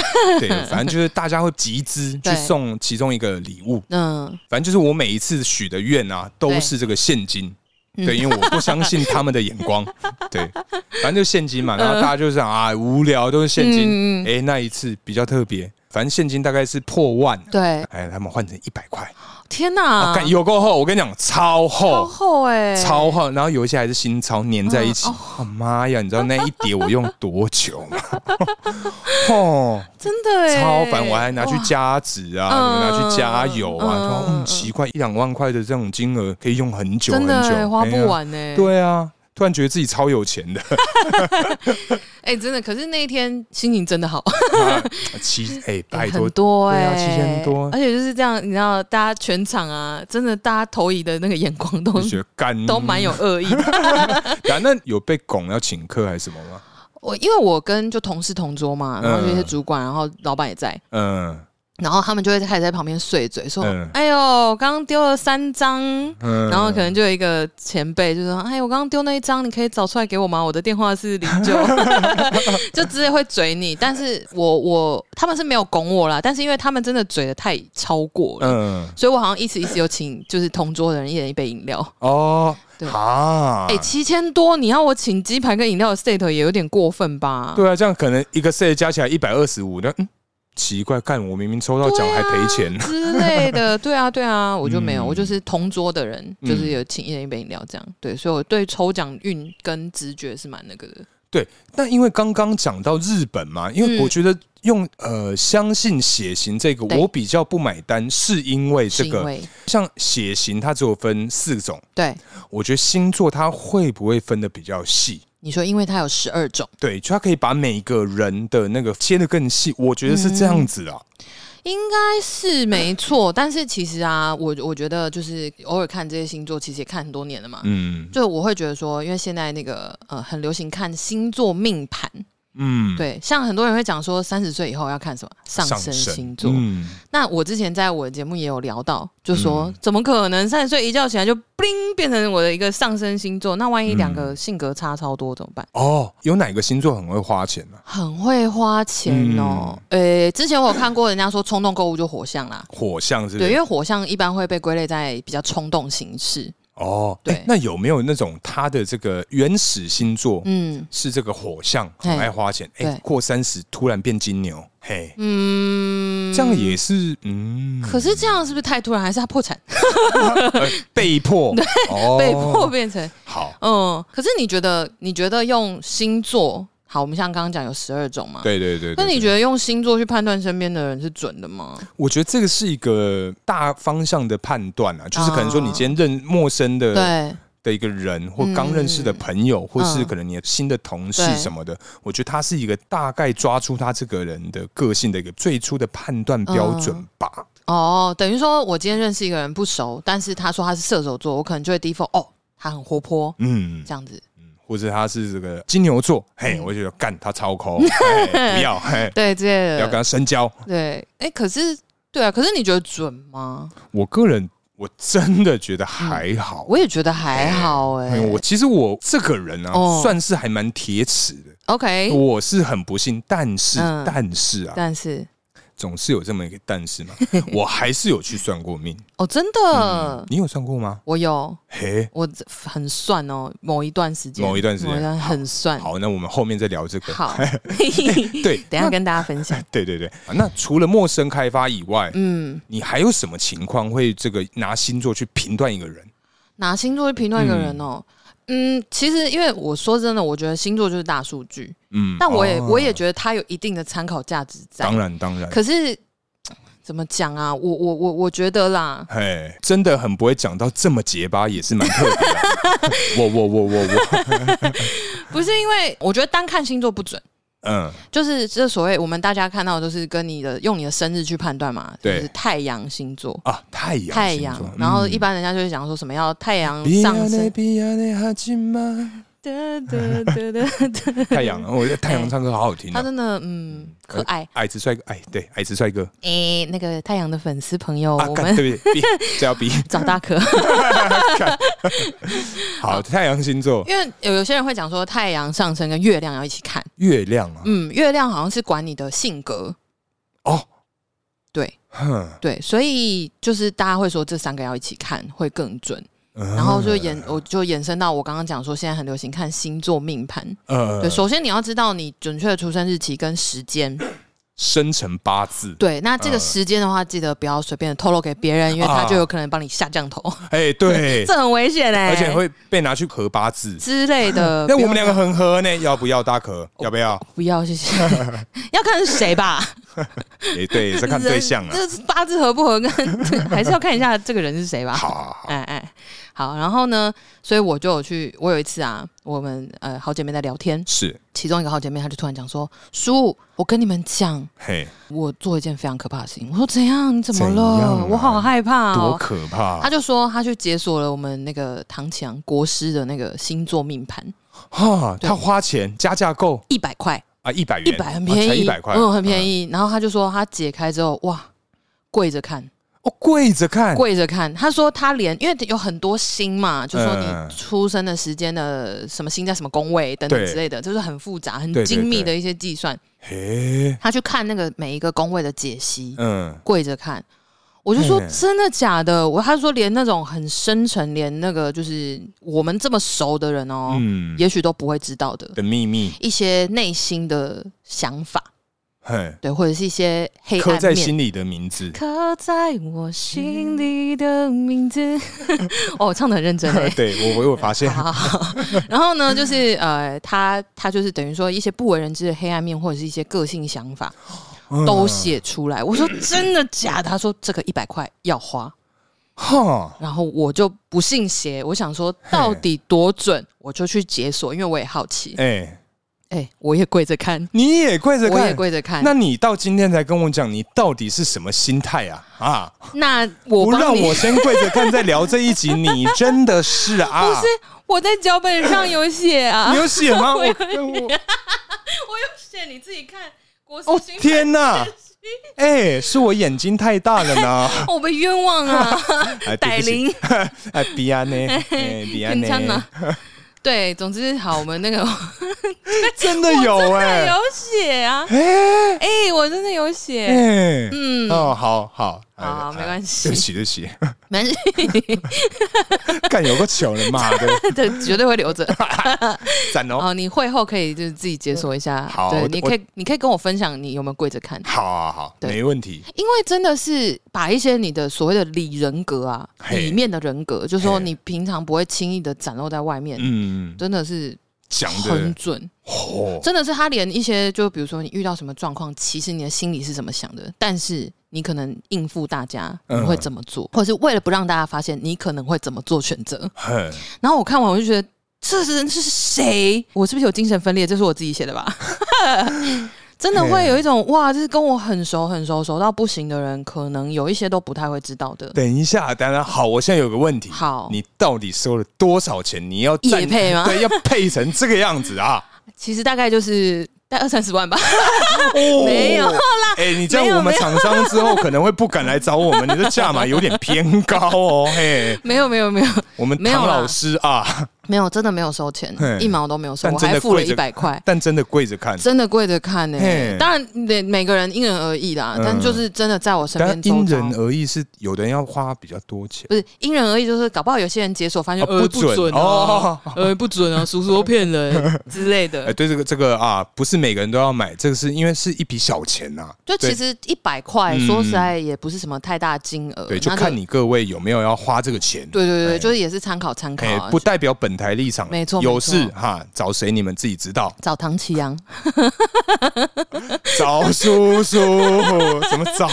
Speaker 2: 对，反正就是大家会集 资去
Speaker 1: 对
Speaker 2: 送其中一个礼物。
Speaker 1: 嗯，
Speaker 2: 反正就是我每一次许的愿啊，都
Speaker 1: 对
Speaker 2: 是这个现金。
Speaker 1: 嗯
Speaker 2: 对，因为我不相信他们的眼 光。对，反正就现金嘛，然后大家就是啊，无聊都是现金。
Speaker 1: 嗯嗯嗯
Speaker 2: 哎、那一次比较特别，反正现金大概是破万，
Speaker 1: 对，
Speaker 2: 哎，他们换成一百块，
Speaker 1: 天哪，
Speaker 2: 啊，干有够厚，我跟你讲，
Speaker 1: 超
Speaker 2: 超厚，
Speaker 1: 厚哎、
Speaker 2: 超厚，然后有一些还是新钞粘在一起
Speaker 1: 嗯。
Speaker 2: 啊妈呀，你知道那一叠我用多久吗？ 哦，
Speaker 1: 真的哎、
Speaker 2: 超烦，我还拿去
Speaker 1: 哇
Speaker 2: 加值啊，
Speaker 1: 嗯
Speaker 2: 拿去加油啊，
Speaker 1: 嗯
Speaker 2: 说
Speaker 1: 嗯
Speaker 2: 嗯奇怪，一两万块的这种金额可以用很久
Speaker 1: 真
Speaker 2: 很
Speaker 1: 的欸
Speaker 2: 久，
Speaker 1: 花
Speaker 2: 哎
Speaker 1: 不
Speaker 2: 呀。
Speaker 1: 完呢、欸。，
Speaker 2: 对啊，突然觉得自己超有钱 的，
Speaker 1: 哎、真的，可是那一天心情真的 好，
Speaker 2: 啊七哎拜
Speaker 1: 哎
Speaker 2: 托
Speaker 1: 很，多
Speaker 2: 对
Speaker 1: 哎、
Speaker 2: 啊7000多
Speaker 1: 而且就是这样，你知道，大家全场啊，真的，大家投以的那个眼光都
Speaker 2: 就觉得嗯 干
Speaker 1: 都蛮有。恶意的。
Speaker 2: 然后那有被拱要请客还是什么吗？
Speaker 1: 我因为我跟就同事同桌嘛，然后就一些
Speaker 2: 嗯
Speaker 1: 主管，然后老板也在，
Speaker 2: 嗯
Speaker 1: 然后他们就会开始在旁边碎嘴说：“
Speaker 2: 嗯
Speaker 1: 哎呦，刚刚丢了三张。”
Speaker 2: 嗯，
Speaker 1: 然后可能就有一个前辈就说：“哎，我刚刚丢那一张，你可以找出来给我吗？我的电话是零 九， 就直接会嘴你。”但是我我他们是没有拱我啦，但是因为他们真的嘴的太超过了，
Speaker 2: 嗯
Speaker 1: 所以我好像一次一次有请就是同桌的人一人一杯饮料。
Speaker 2: 哦
Speaker 1: 对
Speaker 2: 啊
Speaker 1: 哎、，七千多，你要我请鸡排跟饮料的 set 也有点过分吧？
Speaker 2: 对啊，这样可能一个 set 加起来一百二十五，那嗯奇怪，干我明明抽到奖还赔钱，啊
Speaker 1: 之类 的，对啊，对啊，我就没有，
Speaker 2: 嗯
Speaker 1: 我就是同桌的人，
Speaker 2: 嗯
Speaker 1: 就是有请一人一杯饮料这样，对，所以我对抽奖运跟直觉是蛮那个的，
Speaker 2: 对，那因为刚刚讲到日本嘛，因
Speaker 1: 嗯
Speaker 2: 为我觉得用、呃相信血型这个，
Speaker 1: 对
Speaker 2: 我比较不买单，是因为这
Speaker 1: 是因
Speaker 2: 个
Speaker 1: 为
Speaker 2: 像血型它只有分四种，
Speaker 1: 对
Speaker 2: 我觉得星座它会不会分的比较细？
Speaker 1: 你说，因为它有十二种，
Speaker 2: 对，就它可以把每个人的那个切的更细，我觉得是这样子啊。
Speaker 1: 应该是没错，但是其实啊，我我觉得就是偶尔看这些星座，其实也看很多年了嘛。
Speaker 2: 嗯
Speaker 1: 就我会觉得说，因为现在那个呃很流行看星座命盘，
Speaker 2: 嗯，
Speaker 1: 对，像很多人会讲说三十岁以后要看什么上升星座，
Speaker 2: 嗯，
Speaker 1: 那我之前在我的节目也有聊到，就说、
Speaker 2: 嗯
Speaker 1: 怎么可能三十岁一觉起来就 bling 变成我的一个上升星座？那万一两
Speaker 2: 嗯
Speaker 1: 个性格差超多怎么办？
Speaker 2: 哦，有哪个星座很会花钱呢、啊？
Speaker 1: 很会花钱哦。
Speaker 2: 嗯
Speaker 1: 呃、之前我有看过人家说冲动购物就火象啦，
Speaker 2: 火象是不
Speaker 1: 对，因
Speaker 2: 是？
Speaker 1: 为火象一般会被归类在比较冲动形式，
Speaker 2: 哦，
Speaker 1: 对
Speaker 2: 诶那有没有那种他的这个原始星座，
Speaker 1: 嗯
Speaker 2: 是这个火象，
Speaker 1: 嘿
Speaker 2: 很爱花钱，哎、
Speaker 1: 对
Speaker 2: 过三十突然变金牛，嘿，
Speaker 1: 嗯，
Speaker 2: 这样也是，嗯，
Speaker 1: 可是这样是不是太突然？还是他破产，
Speaker 2: 呃 被迫，哦
Speaker 1: 被迫变成
Speaker 2: 好，
Speaker 1: 嗯？可是你觉得，你觉得用星座好？我们像刚刚讲有十二种嘛？。
Speaker 2: 对对对
Speaker 1: 那
Speaker 2: 对
Speaker 1: 你觉得用星座去判断身边的人是准的吗？
Speaker 2: 我觉得这个是一个大方向的判断啊，就是可能说你今天认陌生的
Speaker 1: 对，嗯
Speaker 2: 的一个人，或刚认识的朋友，或是可能你的新的同事
Speaker 1: 对
Speaker 2: 什么的，我觉得他是一个大概抓出他这个人的个性的一个最初的判断
Speaker 1: 嗯
Speaker 2: 标准吧。
Speaker 1: 哦，等于说我今天认识一个人不熟，但是他说他是射手座，我可能就会 default 哦，他很活泼
Speaker 2: 嗯，
Speaker 1: 这样子。
Speaker 2: 或者他是这个金牛座，
Speaker 1: 嗯
Speaker 2: 嘿，我就觉得干他 超抠，嘿不要，嘿，
Speaker 1: 对之类
Speaker 2: 不要
Speaker 1: 的
Speaker 2: 跟。他深交。
Speaker 1: 对，哎、可是对啊，可是你觉得准吗？
Speaker 2: 我个人我真的觉得还好。
Speaker 1: 我也觉得还好哎、
Speaker 2: 哎我其实我这个人啊，
Speaker 1: 哦
Speaker 2: 算是还蛮铁齿的，
Speaker 1: OK，
Speaker 2: 我是很不幸，但是、
Speaker 1: 嗯
Speaker 2: 但是啊，
Speaker 1: 但是
Speaker 2: 总是有这么一个但 是嘛，我还是有去算过命。
Speaker 1: 哦，真的，
Speaker 2: 你有算过吗？
Speaker 1: 我有，
Speaker 2: 嘿，
Speaker 1: 我这很算哦，某一段时间，
Speaker 2: 某一段时间
Speaker 1: 某一段很算。
Speaker 2: 好，那我们后面再聊这个。
Speaker 1: 好，
Speaker 2: 对
Speaker 1: 等一下跟大家分 享。
Speaker 2: 对对对，那除了陌生开发以外，
Speaker 1: 嗯，
Speaker 2: 你还有什么情况会这个拿星座去评断一个人？
Speaker 1: 拿星座去评断一个人哦。嗯，其实因为我说真的，我觉得星座就是大数据，
Speaker 2: 嗯，
Speaker 1: 但我也、
Speaker 2: 哦
Speaker 1: 我也觉得它有一定的参考价值在。
Speaker 2: 当然当然，
Speaker 1: 可是怎么讲啊？我我我我觉得啦，
Speaker 2: 嘿，真的很不会讲到这么结巴，也是蛮特别的。 我我我我我，
Speaker 1: 不是因为我觉得单看星座不准，
Speaker 2: 嗯，
Speaker 1: 就是这所谓我们大家看到的都是跟你的用你的生日去判断嘛，
Speaker 2: 对
Speaker 1: 就是太阳星座。
Speaker 2: 啊，太阳
Speaker 1: 太
Speaker 2: 星
Speaker 1: 阳
Speaker 2: 座，
Speaker 1: 然后
Speaker 2: 嗯
Speaker 1: 一般人家就会讲说什么要太阳上升，
Speaker 2: 太
Speaker 1: 得得得得，
Speaker 2: 阳，哦我觉得太阳唱歌好好听
Speaker 1: 他
Speaker 2: 啊！
Speaker 1: 真的嗯可爱。
Speaker 2: 矮子帅哥，哎，对，矮子帅哥
Speaker 1: 诶，那个太阳的粉丝朋友，
Speaker 2: 啊，
Speaker 1: 哦我
Speaker 2: 干
Speaker 1: 们
Speaker 2: 对不对？比 这 要比
Speaker 1: 找大可，
Speaker 2: 好，太阳星座，
Speaker 1: 因为有有些人会讲说太阳上升跟月亮要一起看，
Speaker 2: 月亮啊，
Speaker 1: 嗯，月亮好像是管你的性格，
Speaker 2: 哦，
Speaker 1: 对
Speaker 2: 哼，
Speaker 1: 对，所以就是大家会说这三个要一起看会更准，
Speaker 2: 然
Speaker 1: 然后就延
Speaker 2: 啊
Speaker 1: 我就延伸到我刚刚讲说现在很流行看星座命盘，
Speaker 2: 呃
Speaker 1: 对，首先你要知道你准确的出生日期跟时间，
Speaker 2: 生辰八字，
Speaker 1: 对，那这个
Speaker 2: 嗯
Speaker 1: 时间的话记得不要随便透露给别人，因为他
Speaker 2: 啊
Speaker 1: 就有可能帮你下降头，
Speaker 2: 哎，对，
Speaker 1: 这很危险哎、
Speaker 2: 而且会被拿去合八字。
Speaker 1: 之类的， 呃不哦
Speaker 2: 那我
Speaker 1: 用
Speaker 2: 们两个很合呢，要不要大可？要不 要？
Speaker 1: 不要谢 谢，要看是谁吧。
Speaker 2: 哎，对，在看对象 啊。
Speaker 1: 这这八字合不合跟 还是要看一下这个人是谁吧。
Speaker 2: 好，好好
Speaker 1: 哎哎，好，然后呢，所以我就有去，我有一次啊，我们呃好姐妹在聊天，
Speaker 2: 是，
Speaker 1: 其中一个好姐妹她就突然讲说：“叔，我跟你们讲，
Speaker 2: 嘿，
Speaker 1: 我做一件非常可怕的事情。”我说：“怎样？你怎么了？
Speaker 2: 怎样啊
Speaker 1: 我好害怕
Speaker 2: 多
Speaker 1: 哦。”
Speaker 2: 可怕
Speaker 1: 她就说，她去解锁了我们那个唐强国师的那个星座命盘，
Speaker 2: 哈！
Speaker 1: 对
Speaker 2: 他花钱加价购
Speaker 1: 一百块，
Speaker 2: 啊，一百元，
Speaker 1: 一百很便
Speaker 2: 啊才
Speaker 1: 宜，
Speaker 2: 一百块，
Speaker 1: 嗯，很便
Speaker 2: 宜。
Speaker 1: 宜。然后她就说，她解开之后，哇，跪着看，
Speaker 2: 哦，跪着看，
Speaker 1: 跪着看。他说他连，因为有很多星嘛，就说
Speaker 2: 嗯
Speaker 1: 你出生的时间的什么星在什么宫位等等
Speaker 2: 对
Speaker 1: 之类的，就是很复杂、很
Speaker 2: 对对
Speaker 1: 精密
Speaker 2: 对
Speaker 1: 的一些计算。
Speaker 2: 嘿，
Speaker 1: 他去看那个每一个宫位的解析，
Speaker 2: 嗯，
Speaker 1: 跪着看。我就说
Speaker 2: 嗯
Speaker 1: 真的假的？我他说连那种很深沉，连那个就是我们这么熟的人哦，
Speaker 2: 嗯
Speaker 1: 也许都不会知道的
Speaker 2: 的秘密，
Speaker 1: 一些内心的想法，
Speaker 2: 嘿，
Speaker 1: 对，或者是一些黑
Speaker 2: 刻
Speaker 1: 暗
Speaker 2: 在
Speaker 1: 面。
Speaker 2: 心里的名字。。
Speaker 1: 刻在我心里的名字。哦，唱的很认真哎
Speaker 2: 对我，我有发现，
Speaker 1: 好好好，然后呢，就是呃，他他就是等于说一些不为人知的黑暗面，或者是一些个性想法
Speaker 2: 嗯
Speaker 1: 都写出来。我说真的假的？他说这个一百块要花，
Speaker 2: 哈，
Speaker 1: 然后我就不信邪，我想说到底多 准，我就去解锁，因为我也好奇。
Speaker 2: 哎，
Speaker 1: 哎、我也跪着看，
Speaker 2: 你也跪着
Speaker 1: 我也
Speaker 2: 看，
Speaker 1: 跪着看。
Speaker 2: 那你到今天才跟我讲，你到底是什么心态啊？啊，
Speaker 1: 那我
Speaker 2: 不
Speaker 1: 帮
Speaker 2: 让
Speaker 1: 你
Speaker 2: 我先跪着看，再聊这一集，你真的是啊，
Speaker 1: 不是我在脚本上有写啊
Speaker 2: 你。有写吗？我我
Speaker 1: 我有写，你自己看。国师
Speaker 2: 哦
Speaker 1: 星盘
Speaker 2: 天哪！哎，是我眼睛太大了呢。
Speaker 1: 哦我被冤枉啊，
Speaker 2: 哎， 对
Speaker 1: 歹
Speaker 2: 不起
Speaker 1: 灵，
Speaker 2: 哎，比安呢？哎，比安
Speaker 1: 平常
Speaker 2: 呢
Speaker 1: 呢？？ 对，总之好，我们那个
Speaker 2: 真的有哎
Speaker 1: 有，写啊，
Speaker 2: 哎
Speaker 1: 哎，我真的有写，
Speaker 2: 哎，
Speaker 1: 嗯，
Speaker 2: 哦，好好，哎
Speaker 1: 好
Speaker 2: 哎
Speaker 1: 没关系
Speaker 2: 对不起，对不起，
Speaker 1: 没 关系，
Speaker 2: 干有个糗人，妈的，
Speaker 1: 对，绝对会留 着。
Speaker 2: 赞哦，
Speaker 1: 哦，你会后可以就是自己解锁一下，
Speaker 2: 嗯好我
Speaker 1: 对，你可以你可以跟我分享你有没有跪着看，
Speaker 2: 好好好，
Speaker 1: 对
Speaker 2: 没问题，
Speaker 1: 因为真的是把一些你的所谓的里人格啊，
Speaker 2: 嘿
Speaker 1: 里面的人格，就是说
Speaker 2: 嘿
Speaker 1: 你平常不会轻易的展露在外面，
Speaker 2: 嗯，
Speaker 1: 真的是
Speaker 2: 讲
Speaker 1: 很
Speaker 2: 的
Speaker 1: 准，
Speaker 2: 哦，
Speaker 1: 真的是他连一些就比如说你遇到什么状况，其实你的心里是怎么想的，但是。你可能应付大家，你
Speaker 2: 嗯
Speaker 1: 会怎么做，或者是为了不让大家发现，你可能会怎么做选择？
Speaker 2: 很
Speaker 1: 然后我看完我就觉得，这人是谁？我是不是有精神分裂？这是我自己写的吧？ 真的会有一种哇，这是跟我很熟很熟熟到不行的人，可能有一些都不太会知道的。
Speaker 2: 等一下，当然好，我现在有个问题，
Speaker 1: 好
Speaker 2: 你到底收了多少钱？你要占
Speaker 1: 业配吗
Speaker 2: 对，要配成这个样 子啊？
Speaker 1: 其实大概就是大概二三十万吧，
Speaker 2: 哦
Speaker 1: 没有啦，
Speaker 2: 哎、你这
Speaker 1: 没
Speaker 2: 样
Speaker 1: 有
Speaker 2: 我们
Speaker 1: 没有
Speaker 2: 厂商之后可能会不敢来找我们，你的价码有点偏高 哦，嘿，
Speaker 1: 没有没有没有
Speaker 2: 我们
Speaker 1: 没有
Speaker 2: 唐
Speaker 1: 啦
Speaker 2: 老师啊，
Speaker 1: 没有，真的没有收钱
Speaker 2: 嘿，
Speaker 1: 一毛都没有收，
Speaker 2: 但
Speaker 1: 我
Speaker 2: 真的
Speaker 1: 还付了
Speaker 2: 跪着
Speaker 1: 一百块。
Speaker 2: 但真的跪着看，
Speaker 1: 真的跪着看呢、
Speaker 2: 嘿
Speaker 1: 当然每每个人因人而异啦，
Speaker 2: 嗯
Speaker 1: 但就是真的在我身边
Speaker 2: 但因
Speaker 1: 周遭
Speaker 2: 人而异，是有的人要花比较多钱，
Speaker 1: 不是因人而异，就是搞不好有些人解锁发现、
Speaker 2: 哦
Speaker 1: 呃
Speaker 2: 不
Speaker 1: 不
Speaker 2: 准
Speaker 1: 准
Speaker 2: 哦
Speaker 1: 哦，呃不准 啊，叔叔都骗人之类的
Speaker 2: 哎、。对这个这个啊，不是每个人都要买，这个是因为是一笔小钱呐、啊
Speaker 1: 就其实一百块，
Speaker 2: 嗯
Speaker 1: 说实在也不是什么太大金额，
Speaker 2: 对，对，就
Speaker 1: 呃那
Speaker 2: 看。你各位有没有要花这个钱。
Speaker 1: 对对
Speaker 2: 哎
Speaker 1: 对，就是也是参考参考
Speaker 2: 哎、
Speaker 1: 啊。
Speaker 2: 不代表本台立场，
Speaker 1: 没错
Speaker 2: 有
Speaker 1: 没错，
Speaker 2: 事哈，找谁你们自己知道
Speaker 1: 找唐奇阳，
Speaker 2: 找叔叔， 怎么找？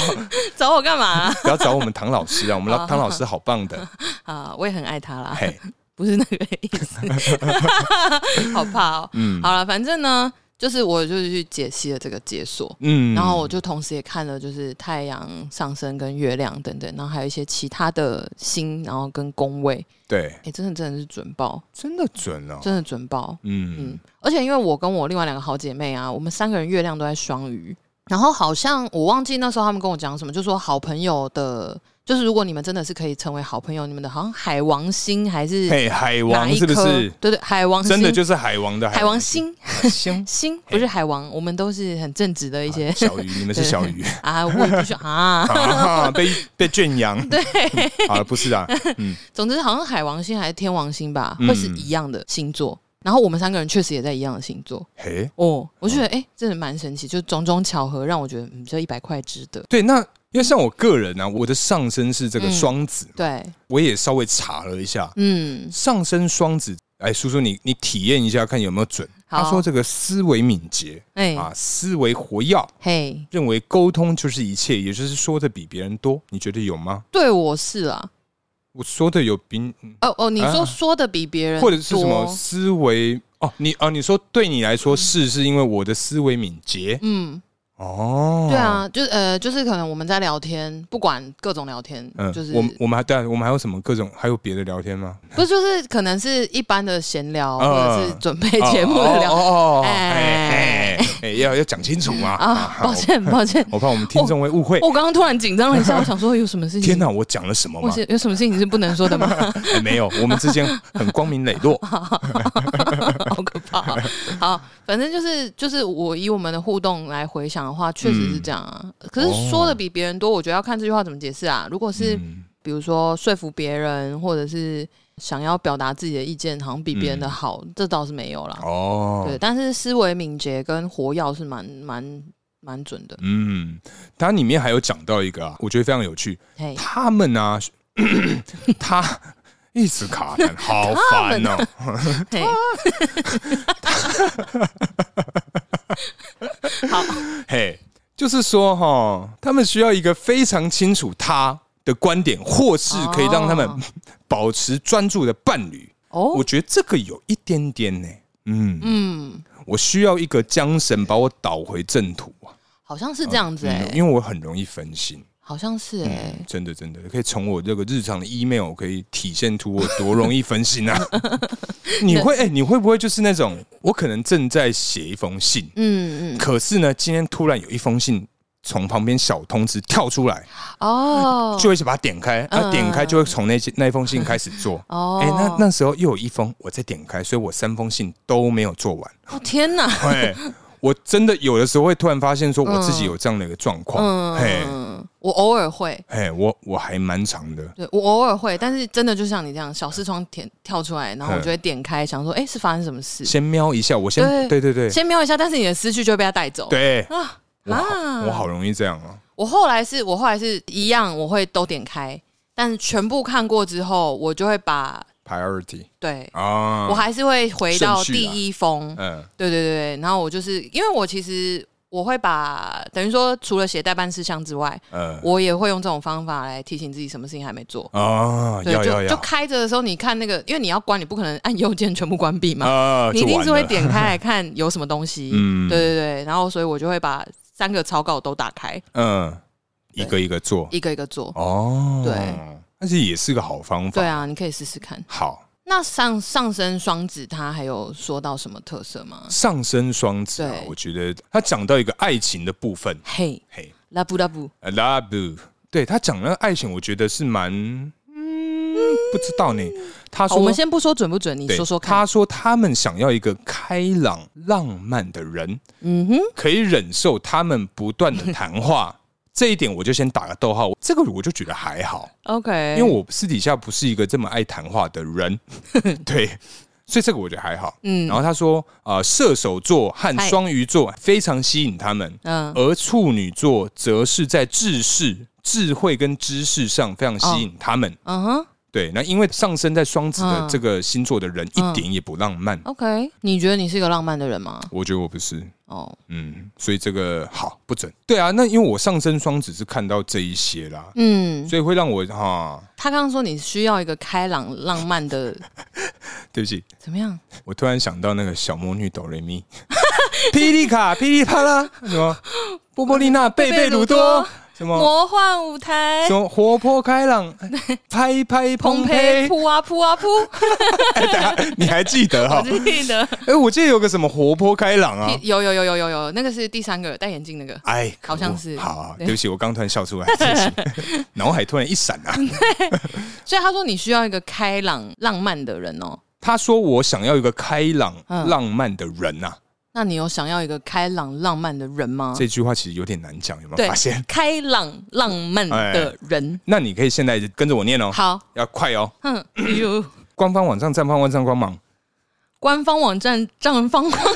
Speaker 1: 找我干 嘛
Speaker 2: 不要找我们唐老师啊，我们老唐老师好棒的，
Speaker 1: 啊？我也很爱他啦，
Speaker 2: 嘿，
Speaker 1: 不是那个意思， 好怕哦。
Speaker 2: 嗯
Speaker 1: 好了，反正呢，就是我就是去解析了这个解锁，
Speaker 2: 嗯，
Speaker 1: 然后我就同时也看了就是太阳上升跟月亮等等，然后还有一些其他的星，然后跟宫位，
Speaker 2: 对，
Speaker 1: 哎，真的真的是准爆，
Speaker 2: 真的准哦，
Speaker 1: 真的准爆。
Speaker 2: 嗯
Speaker 1: 嗯，而且因为我跟我另外两个好姐妹啊，我们三个人月亮都在双鱼，然后好像我忘记那时候他们跟我讲什么，就说好朋友的，就是如果你们真的是可以成为好朋友，你们的好像海王星还是
Speaker 2: 嘿，海
Speaker 1: 哪
Speaker 2: 王
Speaker 1: 一
Speaker 2: 是
Speaker 1: 颗？
Speaker 2: 不是？
Speaker 1: 对对，海王星
Speaker 2: 真的就是海王的
Speaker 1: 海王星
Speaker 2: 星
Speaker 1: 星不是海王，我们都是很正直的一些
Speaker 2: 小 鱼，你们是小鱼
Speaker 1: 啊，我也不是啊。
Speaker 2: 啊，被被圈养，对， 好了，不是啊，
Speaker 1: 总之好像海王星还是天王星吧，
Speaker 2: 嗯
Speaker 1: 会是一样的星座。然后我们三个人确实也在一样的星座
Speaker 2: 嘿，
Speaker 1: 哦，我就觉得哎、诶真的蛮神奇，就种种巧合让我觉得，嗯，这一百块值得。
Speaker 2: 对，那因为像我个人呢、啊，我的上身是这个
Speaker 1: 嗯
Speaker 2: 双子，
Speaker 1: 对，
Speaker 2: 我也稍微查了一下，
Speaker 1: 嗯，
Speaker 2: 上身双子，哎，叔叔你你体验一下看有没有准。
Speaker 1: 好
Speaker 2: 他说这个思维敏捷
Speaker 1: 哎、
Speaker 2: 啊，思维活跃，
Speaker 1: 嘿，
Speaker 2: 认为沟通就是一切，也就是说的比别人多，你觉得有吗？
Speaker 1: 对我是啦。
Speaker 2: 我说的有比你，嗯
Speaker 1: 哦哦，你说
Speaker 2: 啊
Speaker 1: 说的比别人
Speaker 2: 或者是什么
Speaker 1: 多
Speaker 2: 思维哦？你哦，你说对你来说是，是因为我的思维敏捷
Speaker 1: 嗯，
Speaker 2: 哦。
Speaker 1: 对，啊，就是呃，就是可能我们在聊天，不管各种聊天，
Speaker 2: 嗯，
Speaker 1: 就是
Speaker 2: 我们我们还对啊，我们还有什么各种还有别的聊天吗？
Speaker 1: 不是就是可能是一般的闲聊，
Speaker 2: 嗯
Speaker 1: 或者是准备节目的
Speaker 2: 哦
Speaker 1: 聊啊
Speaker 2: 哦哦，哦哎
Speaker 1: 哎
Speaker 2: 哎哎，要要讲清楚嘛
Speaker 1: 啊。哦抱，歉，抱 歉，
Speaker 2: 我我怕我们听众会误会。
Speaker 1: 我刚刚突然紧张了一下，我想说有哎什么事情？
Speaker 2: 天哪，我讲了什么
Speaker 1: 我
Speaker 2: 吗？
Speaker 1: 是有什么事情是不能说 的吗？
Speaker 2: 哎没有，我们之间很光明磊落。
Speaker 1: 好可怕、好，反正就是就是我以我们的互动来回想的话，确
Speaker 2: 嗯
Speaker 1: 实是这样啊。可是说的比别人多，我觉得要看这句话怎么解释啊。如果 是
Speaker 2: 哦嗯
Speaker 1: 比如说说服别人，或者是想要表达自己的意见，好像比别人的好，这倒是没有啦。
Speaker 2: 嗯哦，
Speaker 1: 对，但是思维敏捷跟活跃是蛮蛮蛮准的。
Speaker 2: 嗯，它里面还有讲到一个啊，我觉得非常有趣。
Speaker 1: 嘿，
Speaker 2: 他们啊， 他一直卡痰，好烦
Speaker 1: 啊
Speaker 2: 哦、
Speaker 1: 嘿，好，
Speaker 2: 嘿，就是说哈，他们需要一个非常清楚他的观点，或是可以让他们
Speaker 1: 哦
Speaker 2: 保持专注的伴侣。我
Speaker 1: 哦，
Speaker 2: 觉得这个有一点点呢、嗯，
Speaker 1: 嗯，
Speaker 2: 我需要一个缰绳把我导回正途啊，
Speaker 1: 好像是这样子哎、
Speaker 2: 嗯因为我很容易分心。
Speaker 1: 好像是哎、
Speaker 2: 嗯，真的真的可以从我这个日常的 email 可以体现出我多容易分心啊！ 你会哎、你会不会就是那种我可能正在写一封信，
Speaker 1: 嗯嗯，
Speaker 2: 可是呢，今天突然有一封信从旁边小通知跳出来，
Speaker 1: 哦，
Speaker 2: 就会想把它点开，然后
Speaker 1: 嗯
Speaker 2: 点开就会从那些那一封信开始做。
Speaker 1: 哦，
Speaker 2: 哎、那那时候又有一封，我再点开，所以我三封信都没有做完。
Speaker 1: 哦天哪，
Speaker 2: 哎，我真的有的时候会突然发现，说我自己有这样的一个状况。嘿，
Speaker 1: 嗯，我偶尔会，
Speaker 2: 哎，我我还蛮长的，
Speaker 1: 对我偶尔会，但是真的就像你这样，小视窗点跳出来，然后我就会点开，想说，哎、是发生什么事？
Speaker 2: 嗯先瞄一下，我先
Speaker 1: 对
Speaker 2: 对对对
Speaker 1: 先瞄一下，但是你的思绪就会被它带走。
Speaker 2: 对，
Speaker 1: 啊
Speaker 2: 我好我好容易这样啊，
Speaker 1: 我后来是我后来是一样，我会都点开，但是全部看过之后，我就会把
Speaker 2: priority
Speaker 1: 对、
Speaker 2: 啊，
Speaker 1: 我还是会回到
Speaker 2: 顺序
Speaker 1: 第
Speaker 2: 啊
Speaker 1: 一封。
Speaker 2: 嗯
Speaker 1: 对对对，对然后我就是因为我其实我会把等于说除了写代办事项之外，
Speaker 2: 嗯
Speaker 1: 我也会用这种方法来提醒自己什么事情还没做。
Speaker 2: 啊，
Speaker 1: 对，
Speaker 2: 要要
Speaker 1: 就就
Speaker 2: 要
Speaker 1: 开着的时候，你看那个，因为你要关，你不可能按右键全部关闭嘛，
Speaker 2: 啊，
Speaker 1: 你一
Speaker 2: 就
Speaker 1: 定
Speaker 2: 完
Speaker 1: 是会
Speaker 2: 了
Speaker 1: 点开来看有什么东西。
Speaker 2: 嗯
Speaker 1: 对对对，然后所以我就会把三个草稿都打开，
Speaker 2: 嗯，一个一个做
Speaker 1: 一个一个做。
Speaker 2: 哦，
Speaker 1: 对，
Speaker 2: 但是也是个好方法，
Speaker 1: 对啊，你可以试试看。
Speaker 2: 好
Speaker 1: 那上上升双子，他还有说到什么特色吗？
Speaker 2: 上升双子啊，
Speaker 1: 对
Speaker 2: 我觉得他讲到一个爱情的部分，
Speaker 1: 嘿，
Speaker 2: 嘿
Speaker 1: 拉布拉布，
Speaker 2: ，I，love，you 对他讲那个爱情，我觉得是蛮，嗯，不知道呢，他
Speaker 1: 好，
Speaker 2: 说
Speaker 1: 我们先不说准不准，你
Speaker 2: 对
Speaker 1: 说说看。
Speaker 2: 他说他们想要一个开朗浪漫的人，
Speaker 1: 嗯哼，
Speaker 2: 可以忍受他们不断的 谈话。这一点我就先打个逗号，这个我就觉得还好，
Speaker 1: OK，
Speaker 2: 因为我私底下不是一个这么爱谈话 的人，对，所以这个我觉得还好。
Speaker 1: 嗯
Speaker 2: 然后他说，呃，射手座和
Speaker 1: 嗨
Speaker 2: 双鱼座非常吸引他们，
Speaker 1: 嗯
Speaker 2: 而处女座则是在智识、智慧跟知识上非常吸引他们。
Speaker 1: 嗯哼
Speaker 2: 对，那因为上升在双子的
Speaker 1: 嗯
Speaker 2: 这个星座的人，
Speaker 1: 嗯
Speaker 2: 一点也不浪漫。
Speaker 1: ，OK，你觉得你是一个浪漫的人吗？
Speaker 2: 我觉得我不是，
Speaker 1: 哦，
Speaker 2: 嗯，所以这个好不准。对啊，那因为我上升双子是看到这一些啦，
Speaker 1: 嗯，
Speaker 2: 所以会让我哈，
Speaker 1: 他刚刚说你需要一个开朗浪漫的，
Speaker 2: 对不起，
Speaker 1: 怎么样？
Speaker 2: 我突然想到那个小魔女哆瑞咪， 霹雳卡噼里啪啦，什么波波丽娜贝贝鲁多，什么
Speaker 1: 魔幻舞台
Speaker 2: 什，么活泼开朗，拍拍
Speaker 1: 蓬
Speaker 2: 蓬
Speaker 1: 佩
Speaker 2: 佩，
Speaker 1: 扑啊扑啊扑，
Speaker 2: 你还记得哈
Speaker 1: 我？记得
Speaker 2: 哎，我记得有个什么活泼开朗啊，
Speaker 1: 有有有有有有，那个是第三个戴眼镜那个，
Speaker 2: 哎，可恶
Speaker 1: 好像是
Speaker 2: 好好，
Speaker 1: 对
Speaker 2: 对不起，我刚突然笑出来，对 不起，脑海突然一闪啊。
Speaker 1: 所以他说你需要一个开朗浪漫的人哦。
Speaker 2: 他说我想要一个开朗、
Speaker 1: 嗯
Speaker 2: 浪漫的人呐、啊，
Speaker 1: 那你有想要一个开朗浪漫的人吗？
Speaker 2: 这句话其实有点难讲，有没
Speaker 1: 嗯对
Speaker 2: 有发现？
Speaker 1: 开朗浪漫的人，
Speaker 2: 那你可以现在跟着我念哦，
Speaker 1: 好，嗯
Speaker 2: 要快哦。
Speaker 1: 哼，哎比如
Speaker 2: 官方网站绽放万丈光芒，
Speaker 1: 官方网站绽放光，
Speaker 2: 哦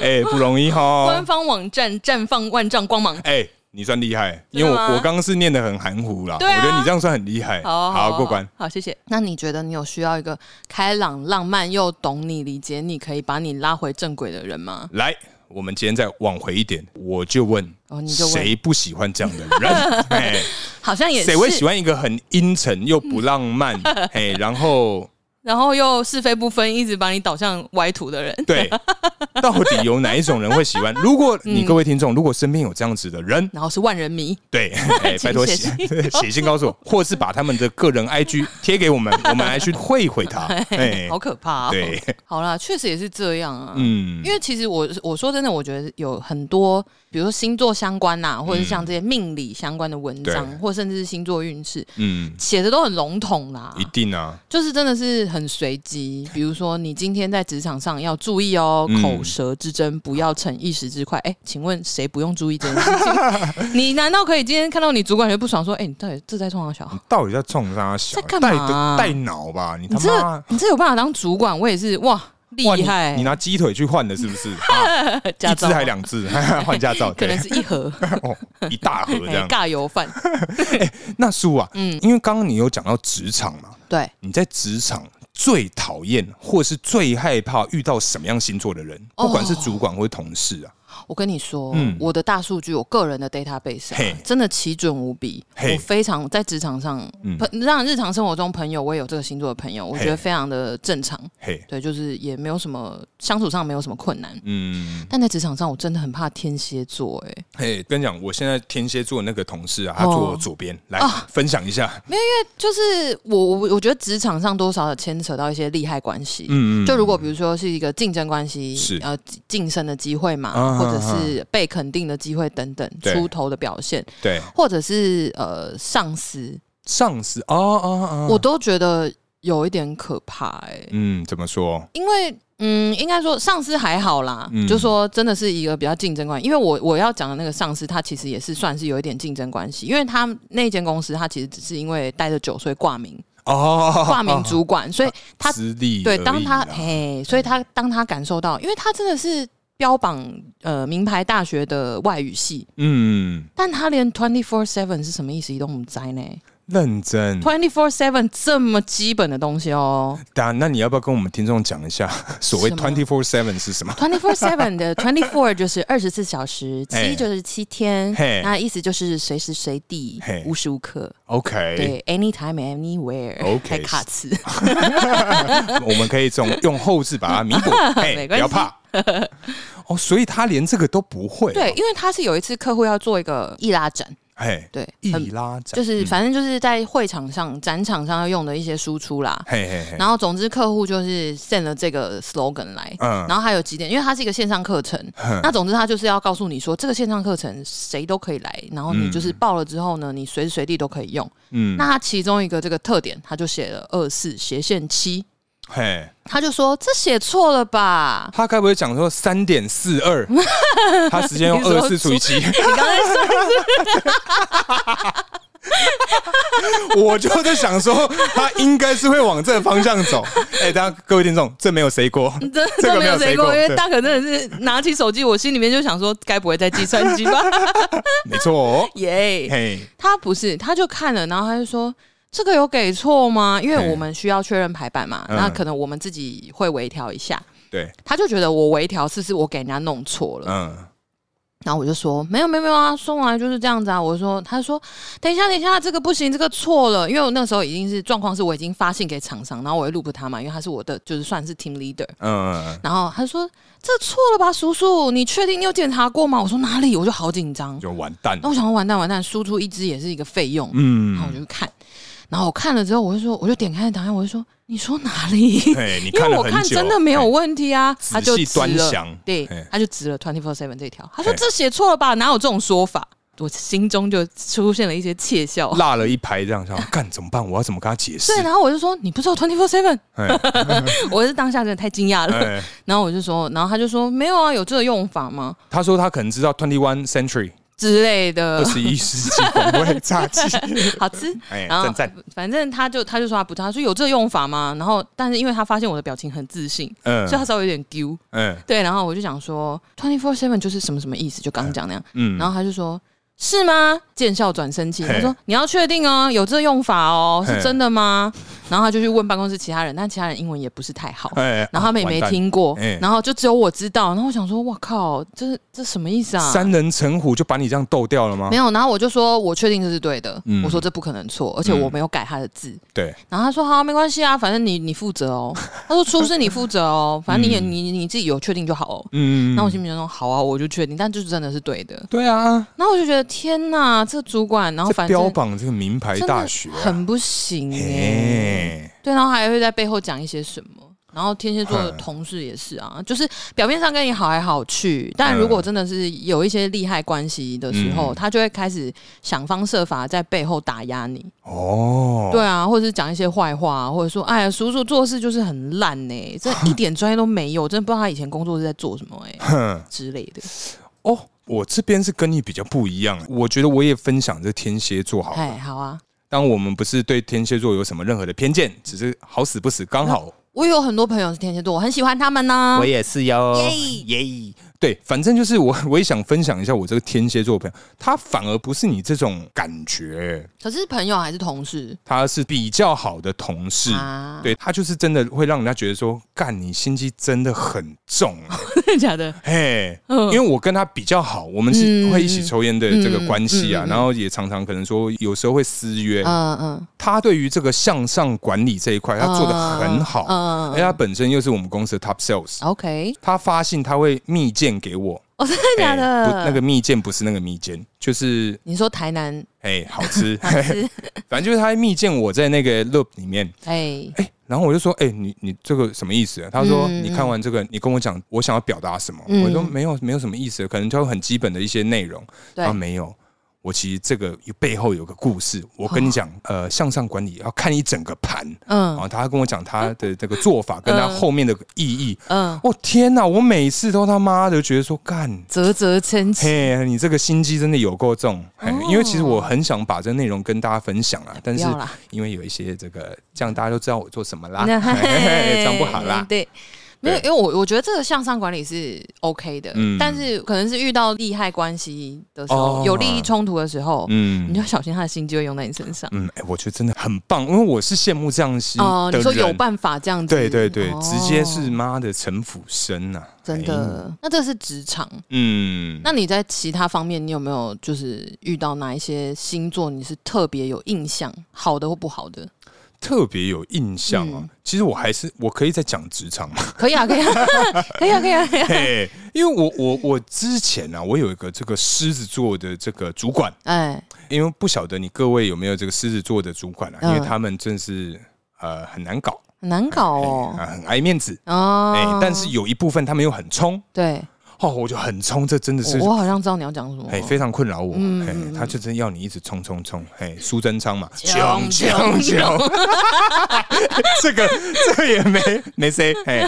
Speaker 2: 哎、不容易哈、
Speaker 1: 嗯官
Speaker 2: 哦，
Speaker 1: 方网站绽放万丈光芒。
Speaker 2: 哎、你算厉害，
Speaker 1: 真
Speaker 2: 因
Speaker 1: 的
Speaker 2: 为我
Speaker 1: 吗
Speaker 2: 我刚刚是念的很含糊啦，
Speaker 1: 啊对啊
Speaker 2: 我觉得你这样算很厉害。
Speaker 1: 好啊
Speaker 2: 好过关。，
Speaker 1: 好，谢谢。那你觉得你有需要一个开朗、浪漫又懂你、理解你，可以把你拉回正轨的人吗？
Speaker 2: 来，我们今天再往回一点，我就问，
Speaker 1: 哦你就问
Speaker 2: 谁不喜欢这样的 人？哎，
Speaker 1: 好像也是
Speaker 2: 谁会喜欢一个很阴沉又不浪漫？ 哎，然后
Speaker 1: 然后又是非不分，一直把你导向歪途的人。
Speaker 2: 对，到底有哪一种人会喜欢？如果
Speaker 1: 嗯
Speaker 2: 你各位听众，如果身边有这样子的人，
Speaker 1: 然后是万人迷，
Speaker 2: 对，哎
Speaker 1: 请
Speaker 2: 拜托
Speaker 1: 写
Speaker 2: 写
Speaker 1: 信
Speaker 2: 写信告诉我，或是把他们的个人 IG 贴给我们，我们来去会一会 他。哎
Speaker 1: 好，可怕、哦。
Speaker 2: 对，
Speaker 1: 好啦，确实也是这样啊。
Speaker 2: 嗯
Speaker 1: 因，为其实我我说真的，我觉得有很多，比如说星座相关呐、或者是像这些命理相关的文章，
Speaker 2: 嗯对
Speaker 1: 或甚至是星座运势，
Speaker 2: 嗯，
Speaker 1: 写的都很笼统啦，
Speaker 2: 一定啊，
Speaker 1: 就是真的是很随机。比如说，你今天在职场上要注意哦，
Speaker 2: 嗯
Speaker 1: 口舌之争不要逞一时之快。哎、请问谁不用注意这件事情？ 你难道可以今天看到你主管就不爽说，哎、你到底这在冲啥小？
Speaker 2: 到底在冲啥小？
Speaker 1: 在
Speaker 2: 啊
Speaker 1: 干
Speaker 2: 带
Speaker 1: 嘛啊
Speaker 2: 带脑吧，你
Speaker 1: 你
Speaker 2: 他
Speaker 1: 这
Speaker 2: 妈！
Speaker 1: 你这有办法当主管？我也是哇，
Speaker 2: 哇
Speaker 1: 厉
Speaker 2: 你
Speaker 1: 害！
Speaker 2: 你拿鸡腿去换的，是不是？啊
Speaker 1: 驾
Speaker 2: 一只
Speaker 1: 照啊
Speaker 2: 还两只， 换驾照，
Speaker 1: 可
Speaker 2: 对
Speaker 1: 能，是一盒
Speaker 2: 哦一大盒这
Speaker 1: 哎
Speaker 2: 样。
Speaker 1: 尬油饭，
Speaker 2: 那叔啊，
Speaker 1: 嗯
Speaker 2: 因为刚刚你有讲到职场嘛，
Speaker 1: 对。
Speaker 2: 你在职场最讨厌或是最害怕遇到什么样星座的人？
Speaker 1: 哦
Speaker 2: 不管是主管或是同事啊，
Speaker 1: 我跟你说，
Speaker 2: 嗯
Speaker 1: 我的大数据，我个人的 database 啊、
Speaker 2: 嘿
Speaker 1: 真的奇准无比。
Speaker 2: 嘿
Speaker 1: 我非常在职场上，
Speaker 2: 嗯
Speaker 1: 朋让日常生活中朋友，我也有这个星座的朋友，我
Speaker 2: 嘿
Speaker 1: 觉得非常的正常。
Speaker 2: 嘿，
Speaker 1: 对，就是也没有什么相处上没有什么困难。
Speaker 2: 嗯，
Speaker 1: 但在职场上，我真的很怕天蝎座、欸，哎，
Speaker 2: 嘿，跟你讲，我现在天蝎座那个同事啊，他
Speaker 1: 哦
Speaker 2: 坐我左边，来分享一下，
Speaker 1: 就是我我我觉得职场上多少有牵扯到一些利害关系。
Speaker 2: 嗯
Speaker 1: 就如果比如说是一个竞争关系，
Speaker 2: 是
Speaker 1: 呃晋升的机会嘛，
Speaker 2: 啊
Speaker 1: 或者是被肯定的机会等等，
Speaker 2: 对
Speaker 1: 出头的表现，
Speaker 2: 对
Speaker 1: 或者是呃上司，
Speaker 2: 上司，哦哦哦，
Speaker 1: 我都觉得有一点可怕哎、
Speaker 2: 嗯，怎么说？
Speaker 1: 因为嗯，应该说上司还好啦，
Speaker 2: 嗯
Speaker 1: 就说真的是一个比较竞争关系。因为我我要讲的那个上司，他其实也是算是有一点竞争关系，因为他那间公司，他其实只是因为待着久，所以挂名
Speaker 2: 哦，
Speaker 1: 挂名主管，所以他
Speaker 2: 资历
Speaker 1: 对
Speaker 2: 而
Speaker 1: 当
Speaker 2: 已啊
Speaker 1: 他
Speaker 2: 啦
Speaker 1: 嘿，所以他当他感受到，因为他真的是标榜呃名牌大学的外语系，
Speaker 2: 嗯
Speaker 1: 但他连 twenty four seven 是什么意思，一都不知呢
Speaker 2: 认真。
Speaker 1: ？twenty four seven 这么基本的东西 哦。
Speaker 2: 当然，那你要不要跟我们听众讲一下所谓
Speaker 1: 什么
Speaker 2: twenty four seven 是什么？
Speaker 1: Twenty four seven 的 twenty four 就是二十四小 时，
Speaker 2: 哎
Speaker 1: 七就是七天
Speaker 2: 嘿，
Speaker 1: 那意思就是随时随地
Speaker 2: 嘿，
Speaker 1: 无时无刻，
Speaker 2: OK，
Speaker 1: 对，anytime anywhere。
Speaker 2: OK
Speaker 1: 还卡词，
Speaker 2: 哎 我们可以从用后置把它弥 补，哎，
Speaker 1: 没
Speaker 2: 不
Speaker 1: 关系
Speaker 2: 要怕。哦，所以他连这个都不会，
Speaker 1: 对，，因为他是有一次客户要做一个易拉展，
Speaker 2: 嘿，
Speaker 1: 对，
Speaker 2: 易
Speaker 1: 很
Speaker 2: 拉展，
Speaker 1: 就是反正就是在会场上、展场上要用的一些输出啦。
Speaker 2: 嘿嘿嘿，
Speaker 1: 然后总之客户就是 send 了这个 slogan 来，
Speaker 2: 嗯
Speaker 1: 然后还有几点，因为它是一个线上课程，那总之他就是要告诉你说，这个线上课程谁都可以来，然后你就是报了之后呢，你随时随地都可以用。
Speaker 2: 嗯，
Speaker 1: 那它其中一个这个特点，他就写了二四斜线七，
Speaker 2: 嘿，？
Speaker 1: 他就说这写错了吧
Speaker 2: 他该不会讲说三点四 二？他直接用
Speaker 1: 你说
Speaker 2: 二四除以七，
Speaker 1: 你刚才说
Speaker 2: 我就在想说，他应该是会往这个方向走。 哎，大家各位听众，这没有谁 过，
Speaker 1: 真
Speaker 2: 这
Speaker 1: 真没
Speaker 2: 个没
Speaker 1: 有
Speaker 2: 有
Speaker 1: 谁
Speaker 2: 谁
Speaker 1: 过，
Speaker 2: 过，
Speaker 1: 因为
Speaker 2: 对
Speaker 1: 大可真的是拿起手机，我心里面就想说，该不会在计算机吧？
Speaker 2: 没错哦，
Speaker 1: 耶、
Speaker 2: 嘿，
Speaker 1: 他不是，他就看了，然后他就说。这个有给错吗？因
Speaker 2: 嘿
Speaker 1: 为我们需要确认排版嘛，
Speaker 2: 嗯
Speaker 1: 那可能我们自己会微调一下。
Speaker 2: 对，
Speaker 1: 他就觉得我微调是不是我给人家弄错了？
Speaker 2: 嗯，
Speaker 1: 然后我就说没有没有没有啊，送来就是这样子啊。我说，他说等一下等一下，这个不行，这个错了。因为我那时候已经是状况是我已经发信给厂商，然后我会录不他嘛，因为他是我的就是算是 team leader。
Speaker 2: 嗯，
Speaker 1: 然后他说这错了吧，叔叔，你确定你有检查过吗？我说哪里，我就好紧张。
Speaker 2: 就完蛋
Speaker 1: 那，我想说完蛋完蛋，输出一支也是一个费用，然后我
Speaker 2: 嗯，
Speaker 1: 就去看，然后我看了之后，我就说我就点开档案，我就说你说哪里？
Speaker 2: 嘿，你
Speaker 1: 因
Speaker 2: 看
Speaker 1: 为
Speaker 2: 了
Speaker 1: 我
Speaker 2: 很
Speaker 1: 看
Speaker 2: 久，
Speaker 1: 真的没有问题啊，
Speaker 2: 嘿
Speaker 1: 他就
Speaker 2: 仔细
Speaker 1: 指
Speaker 2: 端
Speaker 1: 了
Speaker 2: 详
Speaker 1: 对
Speaker 2: 嘿，
Speaker 1: 他就指了 twenty four seven 这条，他说
Speaker 2: 嘿
Speaker 1: 这写错了吧，哪有这种说法？我心中就出现了一些窃笑。
Speaker 2: 落了一排这样， 想干怎么办？我要怎么跟他解释
Speaker 1: 哦对，？啊然后我就说你不知道 twenty four seven，
Speaker 2: 嘿
Speaker 1: 我是当下真的太惊讶了。
Speaker 2: 哎
Speaker 1: 然后我就说，然后他就说没有啊，有这个用法吗
Speaker 2: 他说他可能知道 twenty one century
Speaker 1: 之类的
Speaker 2: 二，十一世纪风味炸 鸡，
Speaker 1: 好吃。
Speaker 2: 哎，
Speaker 1: 然后
Speaker 2: 赞赞，
Speaker 1: 反正他就他就说他不知道，他说有这个用法吗？然后但是因为他发现我的表情很自信，所以他
Speaker 2: 嗯
Speaker 1: 稍微有点丢。
Speaker 2: 嗯
Speaker 1: 对，然后我就讲说 twenty four seven 就是什么什么意思，就刚刚讲那样。
Speaker 2: 嗯，
Speaker 1: 然后他就说：“是吗？”见笑转生气，
Speaker 2: 嘿
Speaker 1: 他说：“你要确定哦，有这用法哦，
Speaker 2: 嘿
Speaker 1: 是真的吗？”然后他就去问办公室其他人，但其他人英文也不是太 好，
Speaker 2: 哎，
Speaker 1: 然后他们也没
Speaker 2: 完蛋。哎
Speaker 1: 听过
Speaker 2: 嘿，
Speaker 1: 然后就只有我知道。然后我想说：“哇靠，这这什么意思啊？”
Speaker 2: 三人成虎就把你这样斗掉了吗
Speaker 1: 没？有，然后我就说：“我确定这是对的。
Speaker 2: 嗯
Speaker 1: 我说：“这不可能错，而且我
Speaker 2: 嗯
Speaker 1: 没有改他的字。
Speaker 2: 对，
Speaker 1: 然后他说：“好，没关系啊，反正你你负责哦。”他说：“出事你负责哦，反正你也
Speaker 2: 嗯
Speaker 1: 你你自己有确定就好哦。”
Speaker 2: 嗯，
Speaker 1: 然后我心里面说：“好啊，我就确定，但就是真的是对的。”
Speaker 2: 对啊，
Speaker 1: 然后我就觉得天哪，这主管，然后
Speaker 2: 这
Speaker 1: 反
Speaker 2: 标
Speaker 1: 正
Speaker 2: 榜这个名牌
Speaker 1: 真
Speaker 2: 大
Speaker 1: 的
Speaker 2: 学啊，
Speaker 1: 很不行哎、
Speaker 2: 嘿
Speaker 1: 对，然后还会在背后讲一些什么。然后天蝎座
Speaker 2: 嗯
Speaker 1: 的同事也是啊，就是表面上跟你好来好去，但如果真的是有一些利害关系的时候，
Speaker 2: 嗯
Speaker 1: 他就会开始想方设法在背后打压你。
Speaker 2: 哦，
Speaker 1: 对啊，或者是讲一些坏话啊，或者说哎呀，叔叔做事就是很烂呢、 这一点专业都没有，真的不知道他以前工作是在做什么哎、
Speaker 2: 哼
Speaker 1: 之类的。
Speaker 2: 哦，我这边是跟你比较不一样，我觉得我也分享这天蝎座好
Speaker 1: 哎，
Speaker 2: 了。
Speaker 1: 好啊，
Speaker 2: 当我们不是对天蝎座有什么任何的偏见，只是好死不死刚好
Speaker 1: 我有很多朋友是天蝎座，我很喜欢他们呢、
Speaker 2: 我也是哟，耶！对，反正就是我， 我也想分享一下我这个天蝎座的朋友，他反而不是你这种感觉，
Speaker 1: 可是朋友还是同事
Speaker 2: 他是比较好的同事。
Speaker 1: 啊？
Speaker 2: 对他就是真的会让人家觉得说，干你心机真的很 重、啊，
Speaker 1: 真的假的？
Speaker 2: 嘿，
Speaker 1: 嗯
Speaker 2: 因为我跟他比较好，我们是
Speaker 1: 嗯
Speaker 2: 会一起抽烟的这个关系
Speaker 1: 嗯
Speaker 2: 啊
Speaker 1: 嗯，嗯
Speaker 2: 然后也常常可能说有时候会私约。
Speaker 1: 嗯嗯，
Speaker 2: 他对于这个向上管理这一
Speaker 1: 啊
Speaker 2: 块，他做的很好，
Speaker 1: 嗯
Speaker 2: 而
Speaker 1: 嗯
Speaker 2: 且他本身又是我们公司的 top sales，
Speaker 1: ，OK，
Speaker 2: 他发信他会密件给我，
Speaker 1: 哦，真的假
Speaker 2: 哎不
Speaker 1: 的？
Speaker 2: 那个密件不是那个密件，就是
Speaker 1: 你说台南
Speaker 2: 哎好 吃， 反正就是他会密件我在那个 loop 里面。
Speaker 1: 哎，
Speaker 2: 哎，然后我就说，哎、你你这个什么意思啊？他说，
Speaker 1: 嗯
Speaker 2: 你看完这个，你跟我讲，我想要表达什么？
Speaker 1: 嗯
Speaker 2: 我说没有，没有什么意思，可能就很基本的一些内容。
Speaker 1: 对
Speaker 2: 啊，没有。我其实这个背后有个故事，我跟
Speaker 1: 哦
Speaker 2: 你讲，呃，向上管理要看一整个盘，然
Speaker 1: 嗯
Speaker 2: 后他跟我讲他的这个做法跟他后面的意义，
Speaker 1: 嗯，
Speaker 2: 我、天哪，我每次都他妈的觉得说干。
Speaker 1: 啧啧称奇，
Speaker 2: 嘿，你这个心机真的有够重，嘿
Speaker 1: 哦
Speaker 2: 因为其实我很想把这内容跟大家分享啊，但
Speaker 1: 不
Speaker 2: 是
Speaker 1: 要啦，
Speaker 2: 因为有一些这个，这样大家都知道我做什 么啦，
Speaker 1: 那
Speaker 2: 啊嘿嘿嘿这样不 好啦。
Speaker 1: 对。没有，因为我我觉得这个向上管理是 OK 的，
Speaker 2: 嗯
Speaker 1: 但是可能是遇到利害关系的时候，
Speaker 2: 哦
Speaker 1: 有利益冲突的时候，你就
Speaker 2: 嗯
Speaker 1: 要小心他的心机会用在你身上。
Speaker 2: 嗯，哎、我觉得真的很棒，因为我是羡慕这样心
Speaker 1: 哦、
Speaker 2: 的
Speaker 1: 你说有
Speaker 2: 嗯人。
Speaker 1: 办法这样子？
Speaker 2: 对对对，
Speaker 1: 哦
Speaker 2: 直接是妈的城府深呐、
Speaker 1: 真
Speaker 2: 哎。
Speaker 1: 的。那这是职场，
Speaker 2: 嗯，
Speaker 1: 那你在其他方面，你有没有就是遇到哪一些星座你是特别有印象，好的或不好的？
Speaker 2: 特别有印象啊。
Speaker 1: 嗯
Speaker 2: 其实我还是我可以再讲职场嘛，
Speaker 1: 可以啊，可 以啊，可以啊，可以啊，可以啊。
Speaker 2: 嘿，因为我我我之前啊，我有一个这个狮子座的这个主管，
Speaker 1: 哎，
Speaker 2: 因为不晓得你各位有没有这个狮子座的主管啊，
Speaker 1: 嗯
Speaker 2: 因为他们真是呃很难搞，
Speaker 1: 很难搞
Speaker 2: 哎
Speaker 1: 哦。
Speaker 2: 啊很爱面子，
Speaker 1: 哦，
Speaker 2: 哎、但是有一部分他们又很冲，
Speaker 1: 对，
Speaker 2: 哦，我就很冲，这真的是
Speaker 1: 我。我好像知道你要讲什么。
Speaker 2: 哎，非常困扰我。
Speaker 1: 嗯
Speaker 2: 哎
Speaker 1: 嗯，嗯
Speaker 2: 他就真要你一直冲冲冲。哎，苏 贞昌嘛，
Speaker 1: 冲冲
Speaker 2: 穷， 这个这个也没没谁。哎，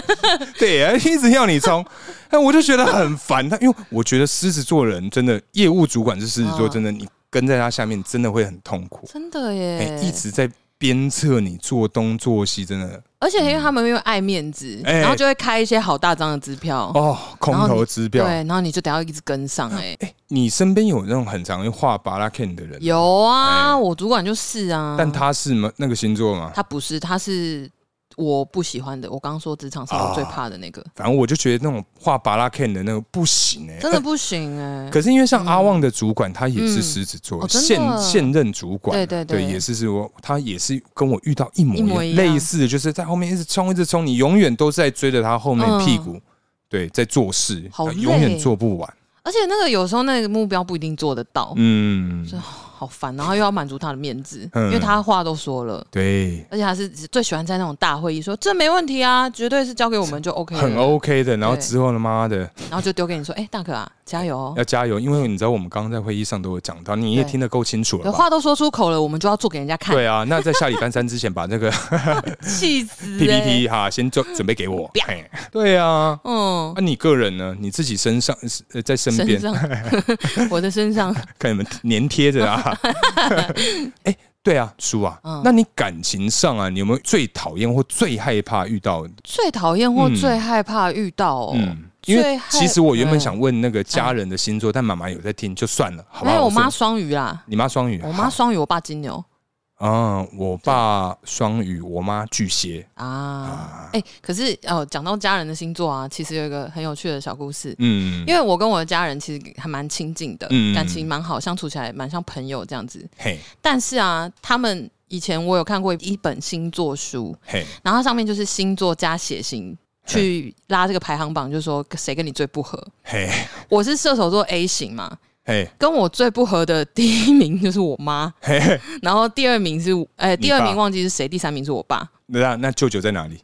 Speaker 2: 对，哎一直要你冲，哎，我就觉得很烦。他因为我觉得狮子座人真的，业务主管是狮子座，
Speaker 1: 嗯
Speaker 2: 真的你跟在他下面真的会很痛苦。
Speaker 1: 真的
Speaker 2: 哎、
Speaker 1: 耶，
Speaker 2: 一直在鞭策你做东做西，真的
Speaker 1: 而且因为他们因为爱面子，
Speaker 2: 哎
Speaker 1: 然后就会开一些好大张的支票，
Speaker 2: 哦，空头支
Speaker 1: 对，
Speaker 2: 票。哎、
Speaker 1: 然后你就得要一直跟上。哎，
Speaker 2: 你身边有那种很常会画巴拉 Ken 的人，
Speaker 1: 有啊，
Speaker 2: 哎
Speaker 1: 我主管就是啊，
Speaker 2: 但他是吗？那个星座吗？
Speaker 1: 他不是，他是我不喜欢的。我刚刚说职场上
Speaker 2: 啊
Speaker 1: 我最怕的那个，
Speaker 2: 反正我就觉得那种画巴拉 Ken 的那个不行哎、
Speaker 1: 真的
Speaker 2: 呃
Speaker 1: 不行哎、
Speaker 2: 可是因为像阿旺的主管，他也是狮子座，
Speaker 1: 嗯哦真的
Speaker 2: 现现任主管，啊
Speaker 1: 对对对
Speaker 2: 也是是我，他也是跟我遇到一模
Speaker 1: 一模一样
Speaker 2: 类似的，就是在后面一直冲，一直冲，你永远都在追着他后面
Speaker 1: 嗯
Speaker 2: 屁股，对，在做事，
Speaker 1: 好累
Speaker 2: 永远做不完，
Speaker 1: 而且那个有时候那个目标不一定做得到，
Speaker 2: 嗯，
Speaker 1: 就好烦。然后又要满足他的面子，
Speaker 2: 嗯
Speaker 1: 因为他话都说了。
Speaker 2: 对，
Speaker 1: 而且他是最喜欢在那种大会议说这没问题啊，绝对是交给我们就 OK 了
Speaker 2: 很哦 OK 的。然后
Speaker 1: 嗯对
Speaker 2: 之后呢，妈的
Speaker 1: 然后就丢给你说，哎、大可啊，加油哦
Speaker 2: 要！加油，因为你知道我们刚刚在会议上都有讲到，你也
Speaker 1: 对
Speaker 2: 听得够清楚
Speaker 1: 有
Speaker 2: 了吧？
Speaker 1: 话都说出口了，我们就要做给人家看，
Speaker 2: 对啊，那在下礼拜三之前把 这个
Speaker 1: 气死、欸！
Speaker 2: PPT 哈先 准准备给我。嘿对啊，
Speaker 1: 嗯
Speaker 2: 那，你个人呢？你自己身上呃在身
Speaker 1: 身
Speaker 2: 边
Speaker 1: 上，我的身上，
Speaker 2: 看你们粘贴着啊。哎，对啊，叔啊
Speaker 1: 嗯，
Speaker 2: 那你感情上啊，你有没有最讨厌或最害怕遇到的？
Speaker 1: 最讨厌或
Speaker 2: 嗯
Speaker 1: 最害怕遇到哦，
Speaker 2: 嗯。因为
Speaker 1: 最害嗯
Speaker 2: 其实我原本想问那个家人的星座，但妈妈有在听，就算了，好不
Speaker 1: 没
Speaker 2: 好？
Speaker 1: 哎有我妈
Speaker 2: 说
Speaker 1: 双鱼啦，
Speaker 2: 你妈双鱼，
Speaker 1: 我妈双鱼，我爸金牛
Speaker 2: 嗯，我爸双鱼，我妈巨蟹。
Speaker 1: 啊。哎、可是哦，讲到家人的星座啊，其实有一个很有趣的小故事。
Speaker 2: 嗯，
Speaker 1: 因为我跟我的家人其实还蛮亲近的，
Speaker 2: 嗯
Speaker 1: 感情蛮好，相处起来蛮像朋友这样子。
Speaker 2: 嘿
Speaker 1: 但是啊，他们以前我有看过一本星座书，
Speaker 2: 嘿，
Speaker 1: 然后它上面就是星座加血型
Speaker 2: 哎
Speaker 1: 去拉这个排行榜，就是说谁跟你最不合。
Speaker 2: 嘿
Speaker 1: 我是射手座 A 型嘛，
Speaker 2: 嘿
Speaker 1: 跟我最不合的第一名就是我妈，
Speaker 2: 嘿嘿，
Speaker 1: 然后第二名是呃、第二
Speaker 2: 你爸
Speaker 1: 名忘记是谁，第三名是我爸。
Speaker 2: 那那舅舅在哪里？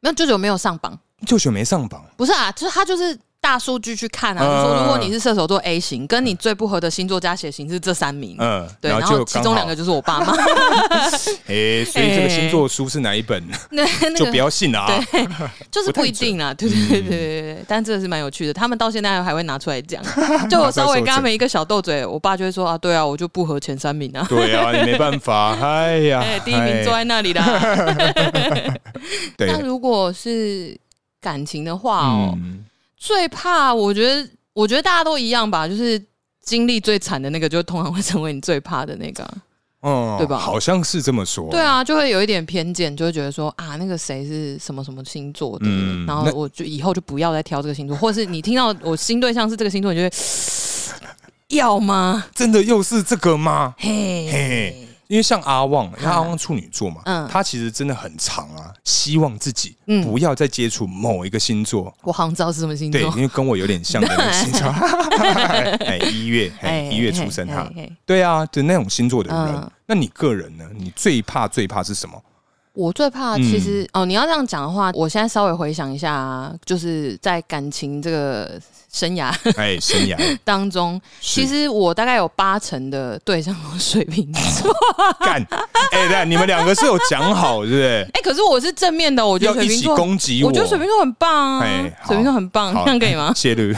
Speaker 1: 那舅舅没有上榜，
Speaker 2: 舅舅没上榜，
Speaker 1: 不是啊，就是他就是大数据去看啊，
Speaker 2: 嗯
Speaker 1: 就说如果你是射手座 A 型，跟你最不合的星座加血型是这三名。
Speaker 2: 嗯，
Speaker 1: 对，然
Speaker 2: 就
Speaker 1: 后其
Speaker 2: 刚
Speaker 1: 中
Speaker 2: 好
Speaker 1: 两个，就是我 爸妈，
Speaker 2: 哎，所以这个星座书是哪一本，
Speaker 1: 那那
Speaker 2: 就
Speaker 1: 个
Speaker 2: 不要信了啊。
Speaker 1: 就是不一定啦，对对
Speaker 2: 嗯
Speaker 1: 对对对对，但这个是蛮有趣的，他们到现在还会拿出来 讲。就我稍微跟他们一个小斗嘴，我爸就会说啊，对啊，我就不合前三名啊，
Speaker 2: 对啊，你没办法， 哎呀，
Speaker 1: 哎，第一名坐在那里啦。
Speaker 2: 哎
Speaker 1: 那
Speaker 2: 对，
Speaker 1: 如果是感情的话哦，
Speaker 2: 嗯，
Speaker 1: 最怕我觉得，我觉得大家都一样吧，就是经历最惨的那个，就通常会成为你最怕的那个啊。
Speaker 2: 哦
Speaker 1: 对吧
Speaker 2: 好像是这么说，
Speaker 1: 对，啊，就会有一点偏见，就会觉得说啊，那个谁是什么什么星座的，
Speaker 2: 嗯
Speaker 1: 然后
Speaker 2: 那
Speaker 1: 我就以后就不要再挑这个星座，或者是你听到我新对象是这个星座，你就会 要吗？
Speaker 2: 真的又是这个吗？
Speaker 1: 嘿，
Speaker 2: 嘿，因为像阿旺，因为阿旺处女座嘛，
Speaker 1: 嗯
Speaker 2: 他其实真的很长啊，希望自己
Speaker 1: 嗯
Speaker 2: 不要再接触某一个星座，
Speaker 1: 我好像知道是什么星
Speaker 2: 对，
Speaker 1: 座
Speaker 2: 因，为跟我有点 像的那个星座，哎，一月，哎，一月出生哈
Speaker 1: 嘿，嘿嘿
Speaker 2: 对啊，就那种星座的人
Speaker 1: 嗯。
Speaker 2: 那你个人呢？你最怕最怕是什么？
Speaker 1: 我最怕其实、
Speaker 2: 嗯
Speaker 1: 哦，你要这样讲的话，我现在稍微回想一下、啊，就是在感情这个生涯
Speaker 2: 哎，生涯
Speaker 1: 当中，
Speaker 2: 是
Speaker 1: 其实我大概有八成的对象都是水瓶 座。
Speaker 2: 干，哎，对，你们两个是有讲好，是不是？
Speaker 1: 哎、可是我是正面的，我觉得
Speaker 2: 要
Speaker 1: 水
Speaker 2: 一
Speaker 1: 瓶
Speaker 2: 起
Speaker 1: 座。
Speaker 2: 攻击
Speaker 1: 我觉得水瓶座很棒啊
Speaker 2: 哎，好
Speaker 1: 水瓶座很棒，
Speaker 2: 好
Speaker 1: 这样可以吗？
Speaker 2: 谢律，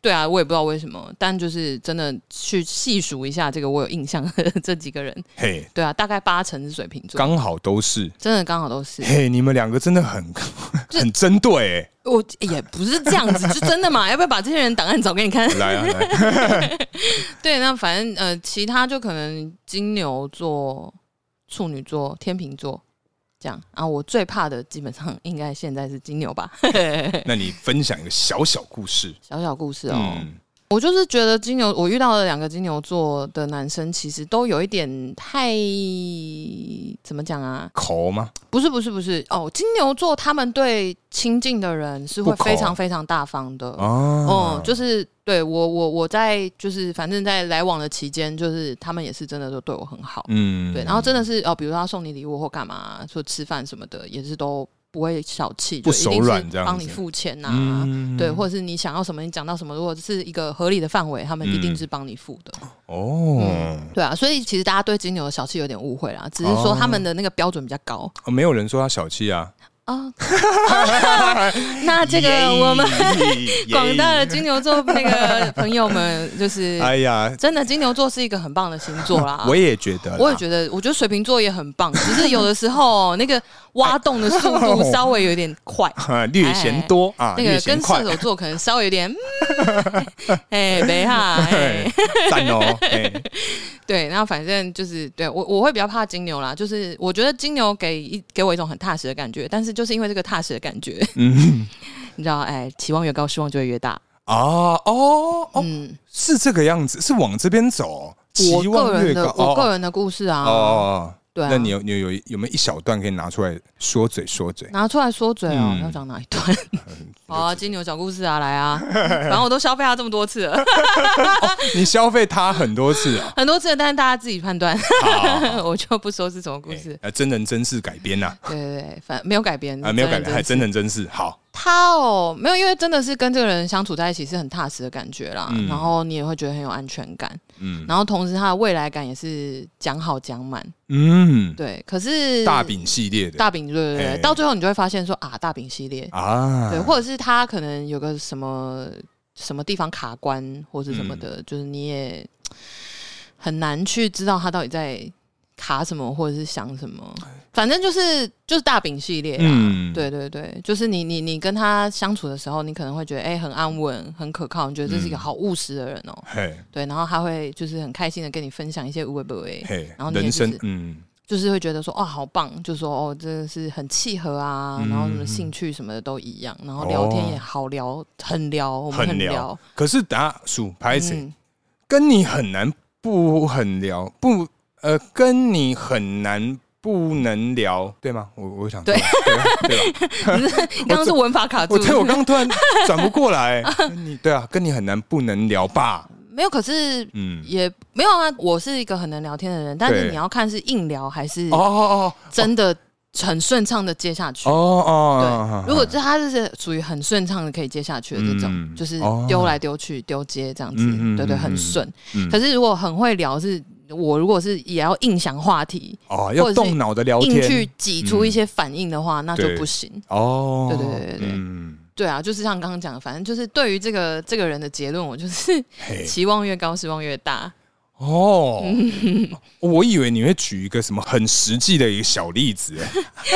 Speaker 1: 对啊，我也不知道为什么，但就是真的去细数一下这个我有印象的这几个人，
Speaker 2: 嘿，
Speaker 1: 对啊，大概八成是水瓶座，
Speaker 2: 刚好都是。
Speaker 1: 真的刚好都是。
Speaker 2: 嘿，你们两个真的很 很针对、欸，
Speaker 1: 我也不是这样子，就真的嘛？ 要不要把这些人档案找给你看？
Speaker 2: 来 啊来，
Speaker 1: 对，那反正呃，其他就可能金牛座、处女座、天秤座这样啊。我最怕的基本上 应该现在是金牛吧。
Speaker 2: 那你分享一个小小故事，
Speaker 1: 小小故事哦，
Speaker 2: 嗯，
Speaker 1: 我就是觉得金牛，我遇到的两个金牛座的男生，其实都有一点太怎么讲啊？
Speaker 2: 口吗？
Speaker 1: 不是不是不是哦，金牛座他们对亲近的人是会
Speaker 2: 不口
Speaker 1: 非常非常大方的。
Speaker 2: 哦
Speaker 1: 嗯，，就是对我我我在就是反正在来往的期间，就是他们也是真的都对我很好，
Speaker 2: 嗯
Speaker 1: 对，然后真的是哦，比如说他送你礼物或干嘛，说吃饭什么的，也是都不会小气，
Speaker 2: 不
Speaker 1: 就一定
Speaker 2: 手
Speaker 1: 是
Speaker 2: 软这样子
Speaker 1: 帮你付钱呐、
Speaker 2: 嗯
Speaker 1: 啊对，或者是你想要什么，你讲到什么，如果是一个合理的范围，他们一定
Speaker 2: 嗯
Speaker 1: 是帮你付的。
Speaker 2: 哦、
Speaker 1: 对啊，所以其实大家对金牛的小气有点误会啦，只是说他们的那个标准比较高
Speaker 2: 哦没有人说他小气啊，
Speaker 1: 啊。 那这个我们 广大的金牛座那个朋友们，就是
Speaker 2: 哎呀，。
Speaker 1: 真的金牛座是一个很棒的星座啦
Speaker 2: 我也觉得啦，
Speaker 1: 我也觉得，我觉得水瓶座也很棒，只是有的时候那个挖洞的速度 稍微有点快，
Speaker 2: 啊略嫌多啊，
Speaker 1: 哎那
Speaker 2: 略
Speaker 1: 个
Speaker 2: 嫌
Speaker 1: 跟
Speaker 2: 快
Speaker 1: 射，手座可能稍微有点， 嗯哎，没哈， 哎，
Speaker 2: 赞哦，哎
Speaker 1: 对，然后反正就是对我我会比较怕金牛啦，就是我觉得金牛给一给我一种很踏实的感觉，但是就是因为这个踏实的感觉，
Speaker 2: 嗯，
Speaker 1: 你知道，哎，期望越高，失望就会越大。
Speaker 2: 啊哦哦，
Speaker 1: 嗯，
Speaker 2: 是这个样子，是往这边
Speaker 1: 我
Speaker 2: 走，期
Speaker 1: 个
Speaker 2: 望越
Speaker 1: 人
Speaker 2: 高
Speaker 1: 的，我个人的故事啊，
Speaker 2: 哦哦。
Speaker 1: 对啊，
Speaker 2: 那你有你有有有没有一小段可以拿出来说嘴说嘴？
Speaker 1: 拿出来说嘴哦，
Speaker 2: 嗯
Speaker 1: 要讲哪一 段？好啊，金牛小故事啊，来啊，反正我都消费他这么多次了，
Speaker 2: 你消费他很多 次啊，
Speaker 1: 很多次了，但是大家自己判断，
Speaker 2: 好好
Speaker 1: 我就不说是什么故
Speaker 2: 哎
Speaker 1: 事。
Speaker 2: 呃，真人真事改编呐，
Speaker 1: 对对对，反没有改编
Speaker 2: 啊，没有改
Speaker 1: 真人
Speaker 2: 编，
Speaker 1: 真
Speaker 2: 还
Speaker 1: 事
Speaker 2: 真人真事，好，
Speaker 1: 他哦，没有，因为真的是跟这个人相处在一起是很踏实的感觉啦，
Speaker 2: 嗯
Speaker 1: 然后你也会觉得很有安全感，
Speaker 2: 嗯
Speaker 1: 然后同时他的未来感也是讲好讲满，
Speaker 2: 嗯，
Speaker 1: 对。可是
Speaker 2: 大饼系列的
Speaker 1: 大饼对对对，
Speaker 2: 嘿
Speaker 1: 到最后你就会发现说啊，大饼系列、
Speaker 2: 哎啊，
Speaker 1: 对，或者是他可能有个什么什么地方卡关或是什么
Speaker 2: 嗯
Speaker 1: 的，就是你也很难去知道他到底在卡什么或者是想什么，
Speaker 2: 哎
Speaker 1: 反正就是就是大饼系列啦，
Speaker 2: 嗯
Speaker 1: 对对对，就是你你你跟他相处的时候，你可能会觉得哎、很安稳、很可靠，你觉得这是一个
Speaker 2: 嗯
Speaker 1: 好务实的人哦、
Speaker 2: 嘿
Speaker 1: 对，然后他会就是很开心的跟你分享一些无为不为，
Speaker 2: 嘿
Speaker 1: 然后，你也
Speaker 2: 人
Speaker 1: 就是
Speaker 2: 生嗯
Speaker 1: 就是会觉得说哇好棒，就说哦真的是很契合啊，然后什么
Speaker 2: 嗯哦
Speaker 1: 兴趣什么的都一样，然后聊天也好聊，很聊，我们
Speaker 2: 很
Speaker 1: 聊，
Speaker 2: 聊，可是打数拍谁
Speaker 1: 嗯，
Speaker 2: 跟你很难不很聊不呃跟你很难。不能聊，对吗？我我想
Speaker 1: 对
Speaker 2: 对吧对 吧？
Speaker 1: 你刚刚是文法卡住
Speaker 2: 我，对我刚刚突然转不过 来，跟你对啊，跟你很难不能聊吧？
Speaker 1: 没有，可是
Speaker 2: 嗯，
Speaker 1: 也没有啊，我是一个很能聊天的人，但是
Speaker 2: 对
Speaker 1: 你要看是硬聊还是
Speaker 2: 哦哦
Speaker 1: 真的很顺畅的接下去
Speaker 2: 哦哦。哦
Speaker 1: 对，，如果这他是属于很顺畅的可以接下去的这种，
Speaker 2: 嗯
Speaker 1: 就是
Speaker 2: 哦
Speaker 1: 丢来丢去、丢接这样子，
Speaker 2: 嗯嗯
Speaker 1: 对对，
Speaker 2: 嗯
Speaker 1: 很
Speaker 2: 嗯
Speaker 1: 顺。
Speaker 2: 嗯
Speaker 1: 可是如果很会聊是，我如果是也要硬想话题，
Speaker 2: 哦要动脑的聊
Speaker 1: 硬去
Speaker 2: 天嗯
Speaker 1: 挤出一些反应的话，那就
Speaker 2: 对
Speaker 1: 不行。
Speaker 2: 哦，
Speaker 1: 对对对对对
Speaker 2: 嗯，
Speaker 1: 对啊，就是像刚刚讲的，反正就是对于这个这个人的结论，我就是
Speaker 2: 嘿，
Speaker 1: 期望越高，失望越大。
Speaker 2: 哦，我以为你会举一个什么很实际的一个小例子，哎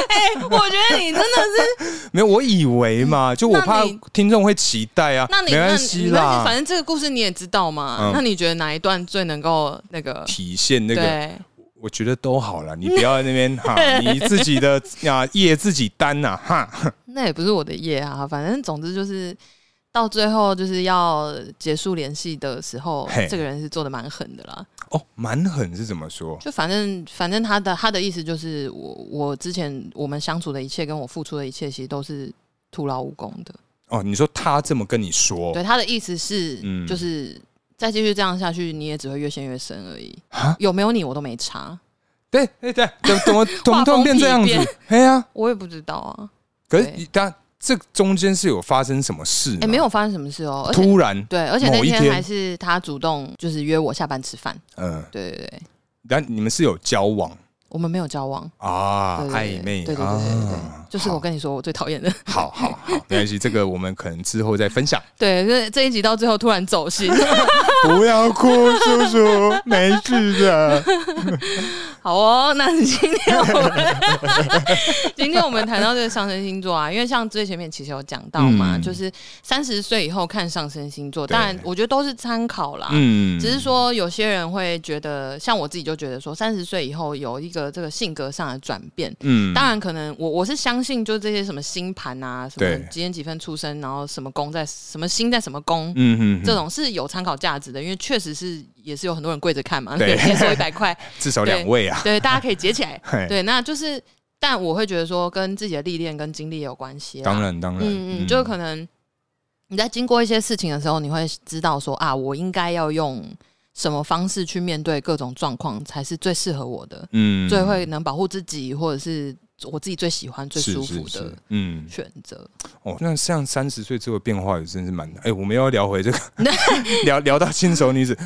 Speaker 1: 哎、我觉得你真的 是，
Speaker 2: 没有，我以为嘛，就我怕
Speaker 1: 那你
Speaker 2: 听众会期待啊，
Speaker 1: 那你
Speaker 2: 没
Speaker 1: 那
Speaker 2: 关
Speaker 1: 你
Speaker 2: 系
Speaker 1: 没关系
Speaker 2: 啦，
Speaker 1: 反正这个故事你也知道嘛。
Speaker 2: 嗯
Speaker 1: 那你觉得哪一段最能够那个？
Speaker 2: 体现那个，
Speaker 1: 对，
Speaker 2: 我觉得都好了，你不要在那边哈， 你自己的啊业自己担呐、哈，
Speaker 1: 那也不是我的业啊，反正总之就是到最后就是要结束联系的时候
Speaker 2: 嘿，
Speaker 1: 这个人是做的蛮狠的啦。
Speaker 2: 哦，蛮狠是怎么说？
Speaker 1: 就反正反正他的他的意思就是我我之前我们相处的一切跟我付出的一切其实都是徒劳无功的。
Speaker 2: 哦，你说他这么跟你说
Speaker 1: 对，他的意思是、
Speaker 2: 哦嗯
Speaker 1: 就是再继续这样下去，你也只会越陷越深而已
Speaker 2: 啊。
Speaker 1: 有没有你我都没差。
Speaker 2: 对，哎对，怎怎么 怎么突然变这样子
Speaker 1: 画风？
Speaker 2: 哎呀，
Speaker 1: 我也不知道啊，
Speaker 2: 可是
Speaker 1: 对
Speaker 2: 但这中间是有发生什么事吗？
Speaker 1: 哎、没有发生什么事哦，而且。
Speaker 2: 突然，
Speaker 1: 对，而且那
Speaker 2: 某一
Speaker 1: 天
Speaker 2: 天
Speaker 1: 还是他主动，就是约我下班吃饭。
Speaker 2: 嗯，
Speaker 1: 对对对，
Speaker 2: 但你们是有交往
Speaker 1: 我们没有交往，
Speaker 2: 啊，
Speaker 1: 对对对
Speaker 2: 暧昧
Speaker 1: 对对对对对对
Speaker 2: 啊，
Speaker 1: 就是我跟你说我最讨厌的。
Speaker 2: 好好好，没关系，这个我们可能之后再 分享。
Speaker 1: 对，这这一集到最后突然走心。
Speaker 2: 不要哭，叔 叔，没事的。
Speaker 1: 好哦，那今天我们 今天我们谈到这个上升星座啊，因为像最前面其实有讲到嘛，
Speaker 2: 嗯
Speaker 1: 就是三十岁以后看上升星座，
Speaker 2: 对
Speaker 1: 当然我觉得都是参考啦。
Speaker 2: 嗯，
Speaker 1: 只是说，有些人会觉得，像我自己就觉得说，三十岁以后有一个这个性格上的转变。
Speaker 2: 嗯，
Speaker 1: 当然，可能我我是相信，就这些什么星盘啊，什么
Speaker 2: 对
Speaker 1: 几点几分出生，然后什么宫在什么星在什么宫，
Speaker 2: 嗯嗯，
Speaker 1: 这种是有参考价值的，因为确实是也是有很多人跪着看嘛，
Speaker 2: 对
Speaker 1: 每天收一百块，
Speaker 2: 至少两位啊，
Speaker 1: 对，大家可以截起来。
Speaker 2: 嘿，
Speaker 1: 对，那就是，但我会觉得说，跟自己的历练跟经历也有关系啦。
Speaker 2: 当，然当然，
Speaker 1: 啊嗯嗯，就可能你在经过一些事情的时候，你会知道说啊，我应该要用什么方式去面对各种状况，才是最适合我的，
Speaker 2: 嗯
Speaker 1: 最会能保护自己，或者是我自己最喜欢、最
Speaker 2: 是
Speaker 1: 舒服
Speaker 2: 是
Speaker 1: 的
Speaker 2: 是嗯，
Speaker 1: 选择。
Speaker 2: 哦，那像三十岁之后变化也真是蛮大。哎、我们又要聊回这 个， 聊聊到新手女子，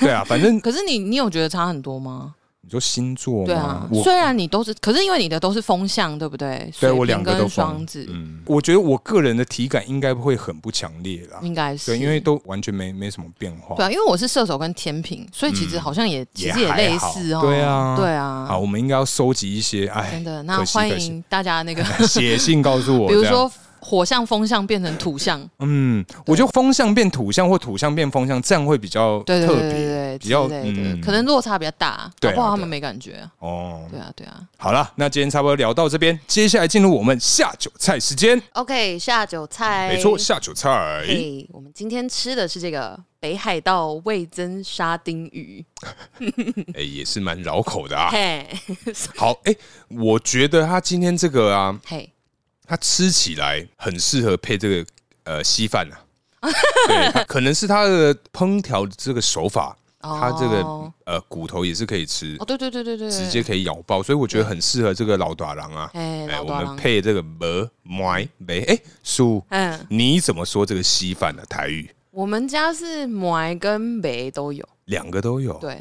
Speaker 2: 对啊，反正
Speaker 1: 可是你，你有觉得差很多吗？
Speaker 2: 你说星座嘛，
Speaker 1: 对啊，
Speaker 2: 我
Speaker 1: 虽然你都是，可是因为你的都是风向，对不对？水
Speaker 2: 对
Speaker 1: 瓶
Speaker 2: 我两个
Speaker 1: 跟
Speaker 2: 都
Speaker 1: 双
Speaker 2: 疯
Speaker 1: 子，
Speaker 2: 嗯，我觉得我个人的体感应该会很不强烈啦，
Speaker 1: 应该是
Speaker 2: 对，因为都完全没没什么变化。
Speaker 1: 对啊，因为我是射手跟天平，所以其实
Speaker 2: 嗯
Speaker 1: 好像也、其
Speaker 2: 也
Speaker 1: 实也
Speaker 2: 还
Speaker 1: 类
Speaker 2: 好
Speaker 1: 似哦。
Speaker 2: 对啊
Speaker 1: 对啊，
Speaker 2: 好，我们应该要收集一些，哎
Speaker 1: 真，的。那
Speaker 2: 可惜
Speaker 1: 欢
Speaker 2: 可惜
Speaker 1: 迎大家那个，
Speaker 2: 写信告诉我，
Speaker 1: 比如
Speaker 2: 这样
Speaker 1: 说火象、风象变成土象，
Speaker 2: 嗯，我觉得风向变土象或土象变风向，这样会比较
Speaker 1: 对对
Speaker 2: 特
Speaker 1: 对对
Speaker 2: 别
Speaker 1: 对，
Speaker 2: 比较
Speaker 1: 之类的，
Speaker 2: 嗯
Speaker 1: 可能落差比较大，
Speaker 2: 对啊
Speaker 1: 搞不好他
Speaker 2: 对
Speaker 1: 们
Speaker 2: 啊
Speaker 1: 没感觉啊。
Speaker 2: 哦。
Speaker 1: 对啊，对啊。
Speaker 2: 好了，那今天差不多聊到这边，接下来进入我们下酒菜时间。
Speaker 3: OK，下酒菜。
Speaker 2: 没错，下酒菜。
Speaker 3: 嘿，我们今天吃的是这个北海道味增沙丁鱼。
Speaker 2: 哎、也是蛮绕口的啊。
Speaker 3: 嘿，
Speaker 2: 好，哎、我觉得他今天这个啊，
Speaker 3: 嘿，
Speaker 2: 它吃起来很适合配这个呃稀饭 啊。对，它可能是它的烹调这个手法，
Speaker 1: 哦
Speaker 2: 它这个呃骨头也是可以吃
Speaker 1: 哦，，对对对对对，
Speaker 2: 直接可以咬爆，所以我觉得很适合这个老大郎啊。
Speaker 1: 哎，
Speaker 2: 哎，
Speaker 1: 老
Speaker 2: 我
Speaker 1: 大
Speaker 2: 们
Speaker 1: 郎
Speaker 2: 配这个梅麦梅，哎，叔，
Speaker 3: 嗯，
Speaker 2: 你怎么说这个稀饭呢、啊台语
Speaker 1: 我们家是梅跟梅都有。
Speaker 2: 两个都有。
Speaker 1: 对，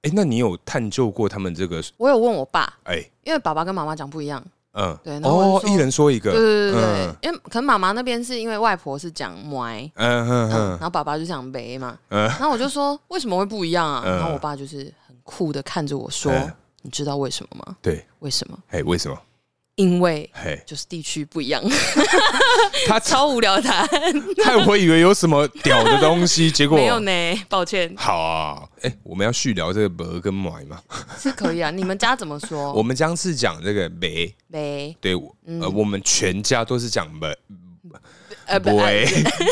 Speaker 2: 哎，那你有探究过他们这个？
Speaker 1: 我有问我爸，
Speaker 2: 哎，
Speaker 1: 因为爸爸跟妈妈讲不一样。
Speaker 2: 嗯，
Speaker 1: 对然后我
Speaker 2: 哦，
Speaker 1: 就说
Speaker 2: 一人说一个，
Speaker 1: 对对对对，
Speaker 2: 嗯
Speaker 1: 因为可能妈妈那边是因为外婆是讲梅，
Speaker 2: 嗯
Speaker 1: 嗯，
Speaker 2: 嗯
Speaker 1: 然后爸爸就讲梅嘛，
Speaker 2: 嗯
Speaker 1: 然后我就说为什么会不一样啊？
Speaker 2: 嗯
Speaker 1: 然后我爸就是很酷的看着我说
Speaker 2: 嗯，
Speaker 1: 你知道为什么吗？
Speaker 2: 对，
Speaker 1: 为什么？
Speaker 2: 哎，为什么？
Speaker 1: 因为
Speaker 2: 嘿，
Speaker 1: 就是地区不一样，
Speaker 2: 他
Speaker 1: 超无聊的答案，
Speaker 2: 害我以为有什么屌的东西，结 果
Speaker 1: 没有呢，抱歉，
Speaker 2: 好啊，哎、我们要续聊这个梅跟买嘛？
Speaker 1: 是可以啊。你们家怎么
Speaker 2: 我
Speaker 1: 说？
Speaker 2: 们将是讲这个梅，
Speaker 1: 梅
Speaker 2: 对，我呃，我们全家都是讲梅
Speaker 1: 嗯呃不
Speaker 2: 梅，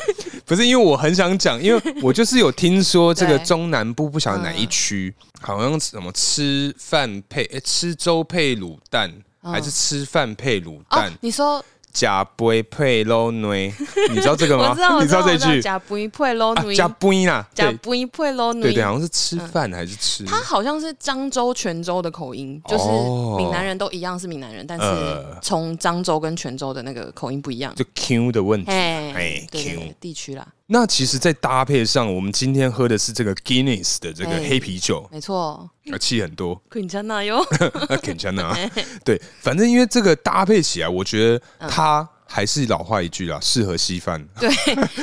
Speaker 2: 不是因为我很想讲，因为我就是有听说这个
Speaker 1: 对嗯
Speaker 2: 中南部不晓得哪一区，好像什么吃饭配、哎吃粥配卤蛋，还是吃饭配
Speaker 1: 嗯
Speaker 2: 卤
Speaker 1: 哦
Speaker 2: 蛋，，
Speaker 1: 你说
Speaker 2: 假杯配肉noi，你知道这个
Speaker 1: 我
Speaker 2: 吗
Speaker 1: 知道，？我
Speaker 2: 你
Speaker 1: 知道，
Speaker 2: 这句？
Speaker 1: 假不一配喽
Speaker 2: 啊，
Speaker 1: 女，
Speaker 2: 加杯啦，
Speaker 1: 假
Speaker 2: 对
Speaker 1: 不一配喽
Speaker 2: 对
Speaker 1: 女
Speaker 2: 对，。好像是吃饭还是吃？
Speaker 1: 嗯他好像是漳州、泉州的口音，就是
Speaker 2: 哦
Speaker 1: 闽南人都一样是闽南人，但
Speaker 2: 呃
Speaker 1: 是从漳州跟泉州的那个口音不一样。
Speaker 2: 就 Q 的问题。
Speaker 1: 哎
Speaker 2: 哎，
Speaker 1: 对对
Speaker 2: Q
Speaker 1: 对地区啦，
Speaker 2: 那其实，在搭配上，我们今天喝的是这个 Guinness 的这个
Speaker 1: 哎
Speaker 2: 黑啤酒，
Speaker 1: 没错，
Speaker 2: 啊，气很多，
Speaker 1: 昆加那 哟，
Speaker 2: 那肯真啊。对，反正因为这个搭配起来，我觉得
Speaker 1: 嗯
Speaker 2: 它还是老话一句啦，适合稀饭。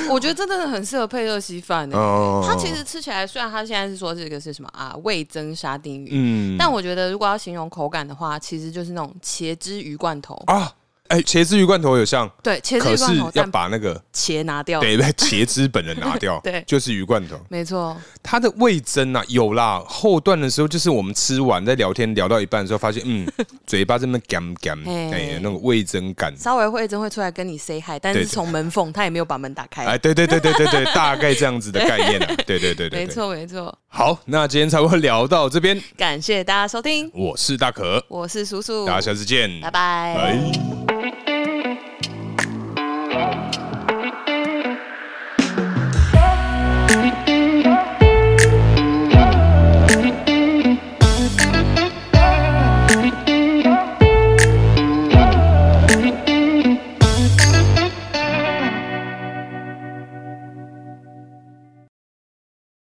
Speaker 1: 我觉得真的很适合配热稀饭呢。
Speaker 2: 哦
Speaker 1: 它其实吃起来，虽然它现在是说这个是什么啊，味增沙丁鱼，
Speaker 2: 嗯
Speaker 1: 但我觉得如果要形容口感的话，其实就是那种茄汁鱼罐头。
Speaker 2: 啊，哎，茄子鱼罐头有像，
Speaker 1: 对，茄汁
Speaker 2: 可
Speaker 1: 鱼
Speaker 2: 是
Speaker 1: 罐头，
Speaker 2: 要
Speaker 1: 但
Speaker 2: 把那个
Speaker 1: 茄拿掉，，
Speaker 2: 对被茄汁本人拿掉
Speaker 1: 对
Speaker 2: 就是鱼罐头。
Speaker 1: 没错，
Speaker 2: 它的味增啊，有啦。后段的时候，就是我们吃完在聊天聊到一半的时候，发现嗯，嘴巴这么干 干，
Speaker 1: 哎
Speaker 2: 哎，那个味增感。
Speaker 1: 稍微会真会出来跟你 say hi，但
Speaker 2: 对
Speaker 1: 是
Speaker 2: 对
Speaker 1: 从门缝他也没有把门打开。
Speaker 2: 哎，对对对对对对，大概这样子的概 念啊，对对对对，
Speaker 1: 没。
Speaker 2: 对
Speaker 1: 错，没错。
Speaker 2: 好，那今天差不多聊到这边，
Speaker 1: 感谢大家收听，
Speaker 2: 我是大可，
Speaker 1: 我是叔叔，
Speaker 2: 大家下次见，
Speaker 1: 拜拜。
Speaker 2: 拜。